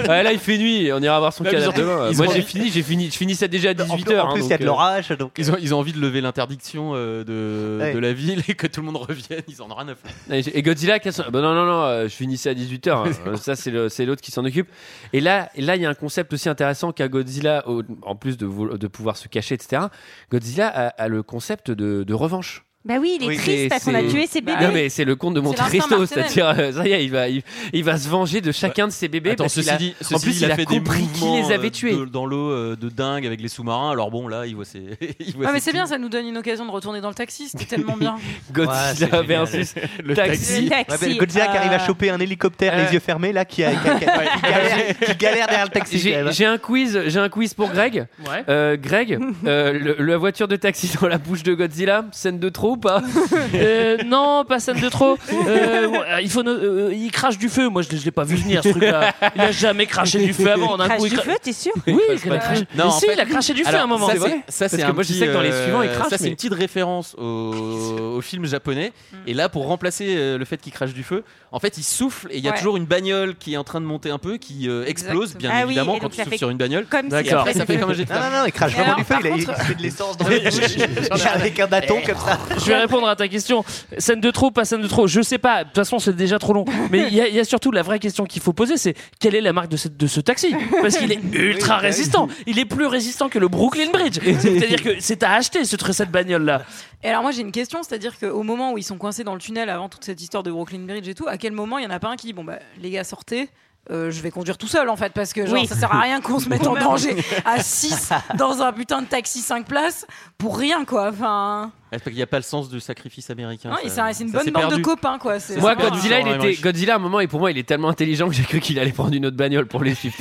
S1: Ah, là, il fait nuit, on ira voir son
S7: Bah,
S10: Là, ils
S1: cadavre
S10: ont-
S1: demain.
S10: ils
S1: Moi,
S10: ont-
S1: j'ai fini, j'ai fini, je finis ça déjà à hein, 18h.
S10: En plus, il y a de
S7: l'orage. Donc...
S10: hein, euh, Ils, ont, ils ont envie de lever l'interdiction euh, de,
S1: Ouais.
S10: de la ville et que tout le monde revienne. Ils en ont rien à foutre.
S1: Et j'ai- et Godzilla, qu'est-ce- bah non, non, non, euh, je finissais à 18h. Ça, c'est le- c'est l'autre qui s'en occupe. Et là, et là, il y a un concept aussi intéressant qu'à Godzilla, au- en plus de, vou- de pouvoir se cacher, etc. Godzilla a, a le concept de, de revanche.
S6: Bah oui, il est
S1: C'est-
S6: triste parce qu'on a
S1: c'est-
S6: tué ses bébés.
S1: Non, mais c'est le conte de Monte
S6: l'instinct
S1: Cristo,
S6: Marcel.
S1: c'est-à-dire, euh, ça y est, il va, il, il va se venger de chacun de ses bébés.
S10: Attends,
S1: parce qu'il
S10: ceci
S1: a-
S10: dit,
S1: en
S10: ceci
S1: plus,
S10: dit,
S1: il, a,
S10: fait des
S1: compris qui
S10: mouvements,
S1: les
S10: euh,
S1: avait tués.
S10: de- dans l'eau euh, de dingue avec les sous-marins. Alors bon, là, il voit ses. il voit
S9: Ah, mais
S10: ses
S9: c'est bien,
S10: filles.
S9: ça nous donne une occasion de retourner dans le taxi, c'était tellement bien.
S1: Godzilla
S10: Ouais, c'est
S1: versus
S10: génial.
S1: le taxi.
S9: Le taxi,
S7: Ouais, mais Godzilla qui
S9: euh,
S7: arrive à choper un hélicoptère les yeux fermés là qui, a- qui a- qui a- qui galère, qui galère derrière le taxi. quand
S1: J'ai
S7: même.
S1: j'ai un quiz, j'ai un quiz pour Greg.
S8: Ouais.
S1: Euh, Greg, euh, le- la voiture de taxi dans la bouche de Godzilla, scène de trop ou pas
S8: Euh, non, pas scène de trop. Euh, ouais, il faut, no- euh, il crache du feu. Moi, je, l'ai- je l'ai pas vu venir ce truc-là. Il a jamais craché du feu avant. D'un
S6: Crache
S8: coup, il
S6: du
S8: cra-
S6: feu, t'es sûr
S8: Oui, il a craché.
S10: Non, en
S8: Mais si,
S10: fait-
S8: il a craché du feu
S10: Alors,
S8: à un moment.
S10: Ça, c'est- ça,
S1: Parce
S10: c'est
S1: que
S10: un
S1: moi, je
S10: petit,
S1: sais que dans les
S10: euh,
S1: suivants, il crache,
S10: Ça, c'est
S1: mais-
S10: une petite référence au, au film japonais.
S9: Mm.
S10: Et là, pour remplacer euh, le fait qu'il crache du feu, en fait, il souffle et il y a
S9: Ouais.
S10: toujours une bagnole qui est en train de monter un peu, qui euh, explose,
S9: Exactement.
S10: bien
S9: Ah oui,
S10: évidemment,
S9: et
S10: quand
S9: donc
S10: tu
S9: ça
S10: souffles
S9: fait
S10: sur une bagnole.
S9: comme
S10: et
S9: si
S10: après,
S9: c'était-
S10: ça fait comme un jet de
S7: Non, non,
S10: flamme.
S7: non, il crache
S9: Et
S7: vraiment
S9: alors,
S7: du feu,
S9: par
S7: il, a- il
S9: contre-
S7: fait de l'essence dans le bouche avec un bâton comme ça.
S8: Je vais répondre à ta question. Scène de trop, pas scène de trop. Je sais pas. De toute façon, c'est déjà trop long. Mais il y, a- il y a surtout la vraie question qu'il faut poser, c'est quelle est la marque de, cette- de ce taxi Parce qu'il est ultra
S7: Oui, oui.
S8: résistant. Il est plus résistant que le Brooklyn Bridge. C'est-à-dire que c'est à acheter ce, cette bagnole là.
S9: Et alors moi j'ai une question, c'est-à-dire qu'au moment où ils sont coincés dans le tunnel avant toute cette histoire de Brooklyn Bridge et tout, à quel moment il y en a pas un qui dit bon bah les gars sortez, euh, je vais conduire tout seul en fait parce que genre
S6: Oui.
S9: ça sert à rien qu'on se mette en danger à 6 dans un putain de taxi 5 places pour rien quoi. Enfin,
S10: Parce qu'il n'y a Ah, pas le sens du sacrifice américain.
S9: hein,
S10: ça-
S9: il- c'est un- c'est une
S10: ça
S9: bonne
S10: s'est
S9: bande de
S10: perdu.
S9: copains quoi. c'est-
S1: Moi,
S9: c'est marrant.
S1: Godzilla, il
S10: Jean
S1: était,
S10: Emmerich.
S1: Godzilla, à un moment, et pour moi, il est tellement intelligent que j'ai cru qu'il allait prendre une autre bagnole pour les suivre.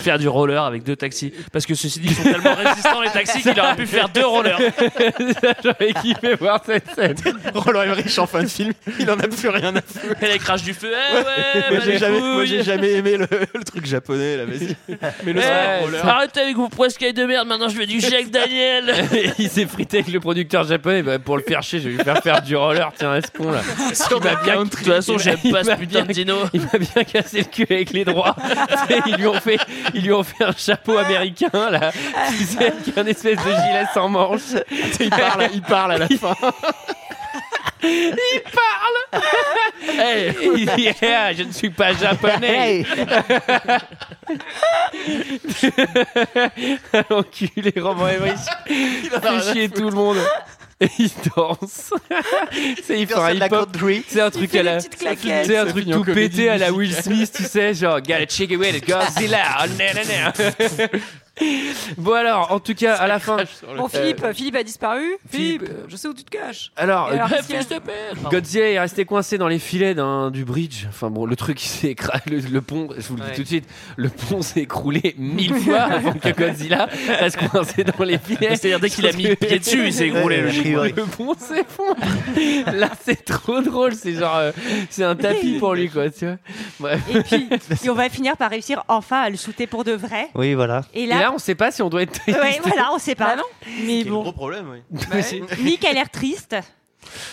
S8: Faire du roller avec deux taxis. Parce que ceci dit, ils sont tellement résistants les taxis qu'il aurait pu faire deux rollers.
S1: J'aurais kiffé voir cette scène.
S10: Roland Emmerich en fin de film, il en a plus rien à foutre.
S8: Et les crash du feu. Eh ouais,
S9: Euh,
S10: Moi
S8: bah,
S10: j'ai
S8: les
S10: jamais, moi,
S8: couilles.
S10: j'ai jamais aimé le, le truc japonais là, vas-y. Mais le
S8: Eh,
S10: sale roller.
S8: arrêtez avec vos prescailles de merde. Maintenant, je vais du Jack Daniel.
S1: Et il s'est frité avec le producteur japonais bah, pour le faire chier. Je vais lui faire faire du roller. Tiens, est-ce con là
S8: Il m'a bien- De toute façon, j'aime
S1: il
S8: pas ce
S1: m'a
S8: putain de
S1: bien-
S8: dino.
S1: Il m'a bien cassé le cul avec les droits. Tu sais, ils, lui ont fait, ils lui ont fait un chapeau américain là. Tu sais, avec un espèce de gilet sans manches.
S10: Il parle, il parle à la fin.
S1: Il parle Il dit Yeah, Je ne suis pas japonais Enculé, Roman Emmerich Fait chier tout le monde Et il danse C'est il fait un
S7: Personne la
S1: hip-hop
S7: country.
S1: c'est un truc
S9: fait
S1: à
S9: des
S1: la,
S9: petites claquettes.
S1: c'est un
S10: Ça
S1: truc
S10: finit en
S1: tout
S10: comédie
S1: pété à la Will
S10: musicale.
S1: Smith, tu sais, genre gotta check it with it, Godzilla, oh, na, na, na. Bon alors, en tout cas, à la fin.
S9: Bon, Philippe, Philippe a disparu.
S1: Philippe,
S9: Philippe, je sais où tu te caches.
S1: Alors,
S9: Et alors,
S1: euh,
S9: qu'est-ce qu'il y a
S1: Godzilla est resté coincé dans les filets d'un- du bridge. Enfin bon, le truc il s'est écrasé, le, le pont, je vous le dis
S8: Ouais.
S1: tout de suite, le pont s'est écroulé mille fois avant que Godzilla reste coincé dans les filets.
S8: Bah, C'est-à-dire, dès qu'il a mis le pied dessus, il s'est écroulé,
S1: le
S8: logiquement.
S1: Le pont s'effondre. Là, c'est trop drôle, c'est genre, euh, c'est un tapis pour lui quoi, tu vois. Bref.
S6: Et puis, et on va finir par réussir enfin à le shooter pour de vrai.
S1: Oui, voilà.
S6: Et
S1: Et
S6: là-
S1: là, on sait pas si on doit être.
S6: Ouais, voilà, on sait pas.
S9: non.
S6: Mais
S10: C'est un gros problème, oui.
S6: Nick a l'air triste.
S8: Mais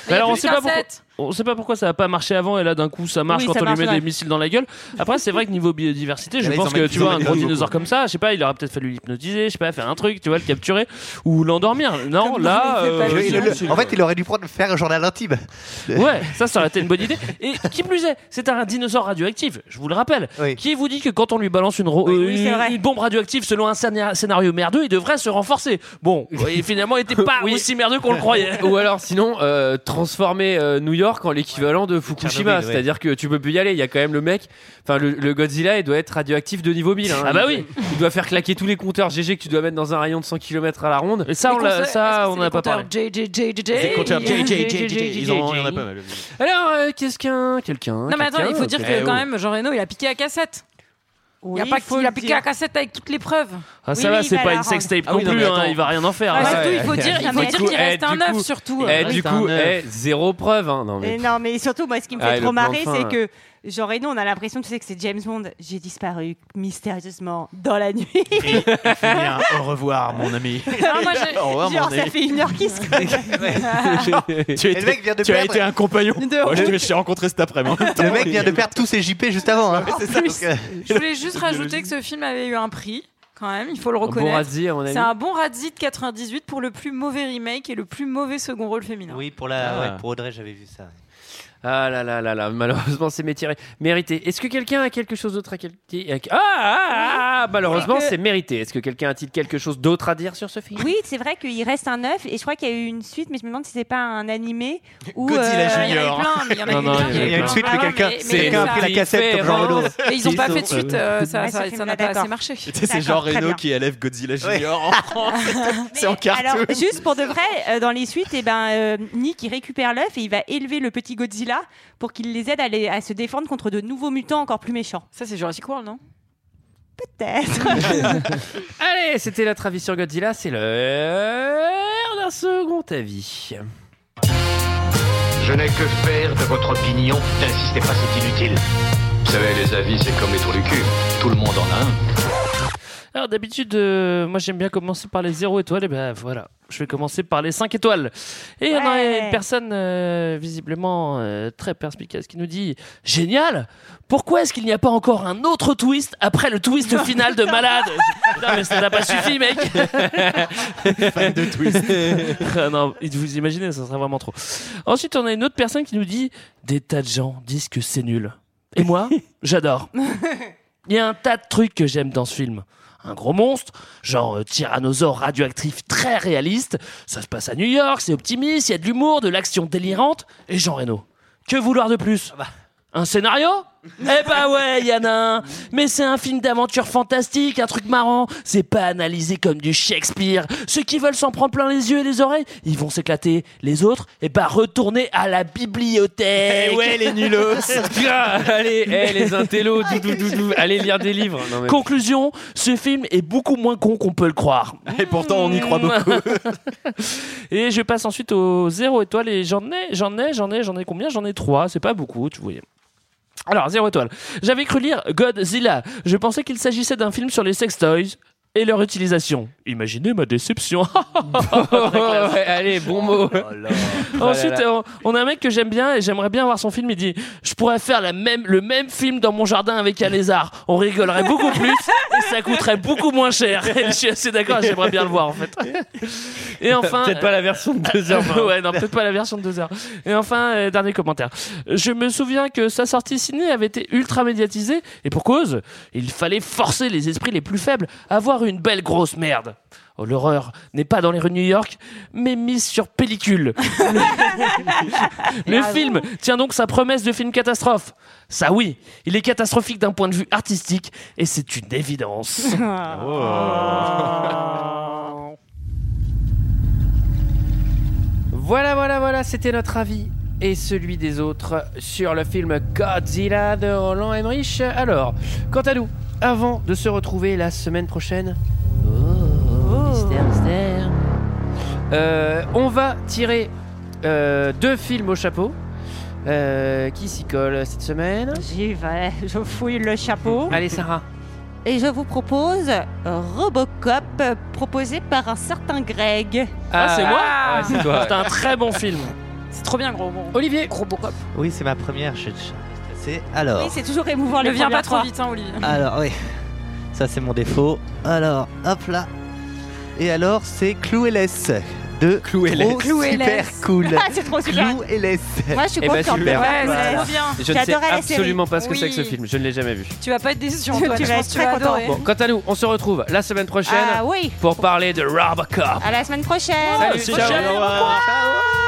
S8: Bah alors, on sait, pas pourquoi, on sait pas pourquoi ça a pas marché avant et là d'un coup ça marche
S6: Oui,
S8: quand
S6: ça
S8: on
S6: marche,
S8: lui met
S6: ouais.
S8: des missiles dans la gueule. Après, c'est vrai que niveau biodiversité, je
S1: Là, ils en
S8: pense que
S1: mettent-
S8: tu
S1: ils en
S8: vois, un
S1: mettent
S8: gros
S1: beaucoup.
S8: dinosaure comme ça, je sais pas, il aurait peut-être fallu l'hypnotiser, je sais pas, faire un truc, tu vois, le capturer ou l'endormir. Non, là. euh,
S7: Oui, le- le-
S8: c'est-
S7: en fait, il aurait dû prendre faire un journal intime.
S8: Ouais, ça, ça aurait été une bonne idée. Et qui plus est, c'est un dinosaure radioactif, je vous le rappelle. Qui vous dit que quand on lui balance une, ro- euh,
S1: oui, c'est
S8: une-
S1: vrai.
S8: une bombe radioactive selon un scénar- scénario merdeux, il devrait se renforcer. Bon, et finalement, il était pas aussi merdeux qu'on le croyait.
S1: Ou alors, sinon, euh, transformer euh, New York en l'équivalent de Fukushima.
S8: Tchernobyl, ouais.
S1: C'est-à-dire que tu peux plus y aller. Il y a quand même le mec. Enfin, le, le Godzilla, il doit être radioactif de niveau 1000. hein.
S8: Ah bah
S1: Il-
S8: oui.
S1: Il doit faire claquer tous les compteurs GG que tu dois mettre dans un rayon de 100 km à la ronde. Et
S8: ça, on l'a- ça, on en a pas parlé.
S9: Les
S10: Ils en il y en a pas mal.
S1: Alors, euh, qu'est-ce qu'un quelqu'un eh oh.
S9: Non, mais attends, il faut dire
S8: Ah
S9: que quand même, Jean Reno, il a piqué à cassette. il a,
S6: Oui,
S9: pas,
S6: faut
S9: il a
S6: le
S9: piqué
S6: dire.
S9: à cassette avec toutes les preuves.
S8: Ah, ça va,
S9: bah,
S8: c'est pas une sextape non plus, hein, il va rien en faire.
S9: Ah,
S8: hein.
S9: surtout, il faut dire- il faut dire qu'il reste
S1: du
S9: un œuf,
S1: coup-
S9: surtout. euh.
S1: eh,
S9: Il
S1: du
S9: reste
S1: coup,
S9: un œuf.
S1: eh, zéro preuve. hein. Non, mais.
S6: Et non, mais surtout, moi, ce qui me
S1: Ah,
S6: fait
S1: et
S6: trop
S1: le plan
S6: marrer,
S1: fin,
S6: c'est
S1: hein.
S6: que, genre, et nous, on a l'impression, tu sais, que c'est James Bond. J'ai disparu mystérieusement dans la nuit.
S10: Bien, au revoir, mon ami.
S9: Non, moi, j'ai-
S10: Au revoir,
S6: Genre,
S10: mon
S6: ça
S10: ami.
S6: fait une heure qu'il se connaît.
S10: tu
S7: Et le mec vient de
S10: tu as
S7: perdre-
S10: été un compagnon. Moi, je t'ai rencontré cet après-midi.
S7: Le mec vient de perdre tous ses JP juste avant. hein.
S9: En plus,
S10: euh,
S9: Je voulais juste rajouter que ce film avait eu un prix, quand même, il faut le reconnaître.
S1: radis, à mon avis.
S9: C'est un bon radis de 98 pour le plus mauvais remake et le plus mauvais second rôle féminin.
S7: Oui, pour, la,
S1: Ah.
S7: ouais, pour Audrey, j'avais vu ça.
S1: Ah là là là là, malheureusement c'est métier mérité. Est-ce que quelqu'un a quelque chose d'autre à quel- à- Ah, ah, ah, ah, malheureusement
S6: Est-ce que-
S1: c'est mérité. Est-ce que quelqu'un a-t-il quelque chose d'autre à dire sur ce film
S6: Oui, c'est vrai qu'il reste un œuf et je crois qu'il y a eu une suite, mais je me demande si c'est pas un animé ou.
S7: Godzilla
S6: euh,
S7: Junior.
S9: il y en a eu plein, mais il y en a eu
S7: Non, non,
S9: plein.
S7: il y en a eu
S9: Il y en a eu
S7: plein.
S9: plein.
S7: Ensuite,
S9: Ah,
S7: quelqu'un-
S9: mais-
S7: c'est
S9: mais
S7: quelqu'un a
S9: ça-
S7: pris la cassette comme Jean Reno.
S9: Mais ils ont pas fait de
S10: sont-
S9: suite, euh,
S6: Ah,
S9: ça,
S6: ce
S9: ça, ça
S6: film-là,
S9: n'a pas
S6: d'accord.
S9: assez marché.
S10: Tu sais, C'est Jean Reno qui élève Godzilla Junior en C'est en cartoon.
S6: Alors, juste pour de vrai, euh, dans les suites, et ben, euh, Nick il récupère l'œuf et il va élever le petit Godzilla pour qu'il les aide à, les- à se défendre contre de nouveaux mutants encore plus méchants.
S9: Ça, c'est Jurassic World, non
S6: Peut-être.
S1: Allez, c'était la avis sur Godzilla, c'est l'heure d'un second avis.
S15: Je n'ai que faire de votre opinion. N'insistez pas, c'est inutile. Vous savez, les avis, c'est comme les trous du cul. Tout le monde en a un.
S8: Alors d'habitude, euh, moi j'aime bien commencer par les 0 étoiles, et ben voilà, je vais commencer par les 5 étoiles. Et il y en a
S1: Ouais.
S8: une personne euh, visiblement euh, très perspicace qui nous dit « Génial Pourquoi est-ce qu'il n'y a pas encore un autre twist après le twist final de Malade ?» Non mais ça n'a pas suffi mec
S10: Fan de twist.
S8: Ah non, vous imaginez, ça serait vraiment trop. Ensuite, on a une autre personne qui nous dit « Des tas de gens disent que c'est nul. Et moi, j'adore. » Il y a un tas de trucs que j'aime dans ce film. Un gros monstre, genre euh, tyrannosaure radioactif très réaliste. Ça se passe à New York, c'est optimiste, il y a de l'humour, de l'action délirante. Et Jean Reno. Que vouloir de plus Un scénario Eh bah ouais, y en a un. Mais c'est un film d'aventure fantastique, un truc marrant. C'est pas analysé comme du Shakespeare. Ceux qui veulent s'en prendre plein les yeux et les oreilles, ils vont s'éclater. Les autres, eh bah retournez à la bibliothèque.
S1: Eh ouais, les nulos. Grave. Allez, eh, les intellos, doudou, doudou, allez lire des livres. Non, mais-
S8: Conclusion, ce film est beaucoup moins con qu'on peut le croire. Mmh.
S10: Et pourtant, on y croit beaucoup.
S8: et je passe ensuite au zéro étoile et j'en ai, j'en ai, j'en ai, j'en ai combien J'en ai trois, c'est pas beaucoup, tu voyais. Alors, zéro étoile. J'avais cru lire Godzilla. Je pensais qu'il s'agissait d'un film sur les sextoys et leur utilisation. Imaginez ma déception.
S1: Ouais, allez, bon
S10: Oh
S1: mot.
S8: Ensuite, euh,
S1: Oh là là.
S8: on- on a un mec que j'aime bien et j'aimerais bien voir son film. Il dit Je pourrais faire la même, le même film dans mon jardin avec un lézard. On rigolerait beaucoup plus et ça coûterait beaucoup moins cher. Et je suis assez d'accord, j'aimerais bien le voir en fait. Et enfin. euh,
S1: Peut-être pas la version de 2h20.
S8: ouais, non, peut-être pas la version de 2 heures. Et enfin, euh, dernier commentaire. Je me souviens que sa sortie ciné avait été ultra médiatisée, et pour cause, il fallait forcer les esprits les plus faibles à voir une belle grosse merde. oh, l'horreur, n'est pas dans les rues de New York, mais mise sur pellicule. Le film tient donc sa promesse de film catastrophe. Ça oui, il est catastrophique d'un point de vue artistique et c'est une évidence.
S1: Oh.
S8: Ah.
S1: Voilà, voilà, voilà, c'était notre avis et celui des autres sur le film Godzilla de Roland Emmerich. Alors, quant à nous, avant de se retrouver la semaine prochaine, mystère, mystère. euh, on va tirer euh, deux films au chapeau. Euh, qui s'y colle cette semaine
S6: J'y vais, je fouille le chapeau.
S1: Allez, Sarah.
S6: Et je vous propose Robocop, euh, proposé par un certain Greg.
S8: Ah, c'est moi
S6: Ah.
S8: Ouais, c'est toi. C'est un très bon film.
S9: C'est trop bien, gros. Bon.
S1: Olivier.
S9: Robocop.
S7: Oui, c'est ma première. Je... je- C'est alors.
S6: Oui, c'est toujours émouvant
S9: Ne
S6: les
S9: viens pas
S6: premières
S9: trop
S6: fois.
S9: vite, hein, Olivier.
S7: Alors, oui. Ça, c'est mon défaut. Alors, hop là. Et alors, c'est Cloueless de
S16: Cloueless.
S7: Trop
S6: Cloueless.
S7: Super cool.
S6: Ah, c'est trop super.
S7: Cloueless.
S6: Moi, je suis
S1: Eh ben,
S6: contente.
S1: super.
S6: Ouais, c'est
S1: Voilà.
S6: trop bien.
S1: Je ne sais
S6: J'adorais la série.
S1: absolument pas ce que c'est que ce
S6: Oui.
S1: film. Je ne l'ai jamais vu.
S9: Tu vas pas être déçu, Antoine.
S6: Tu
S9: je
S6: vas être
S9: pense que tu
S6: très
S9: vas
S6: content.
S9: adorer.
S1: Bon, quant à nous, on se retrouve la semaine prochaine
S6: Ah oui.
S1: pour parler de Robocop.
S6: À la semaine prochaine.
S1: Salut, ciao.
S6: Prochaine.
S1: Au revoir.
S6: Ciao.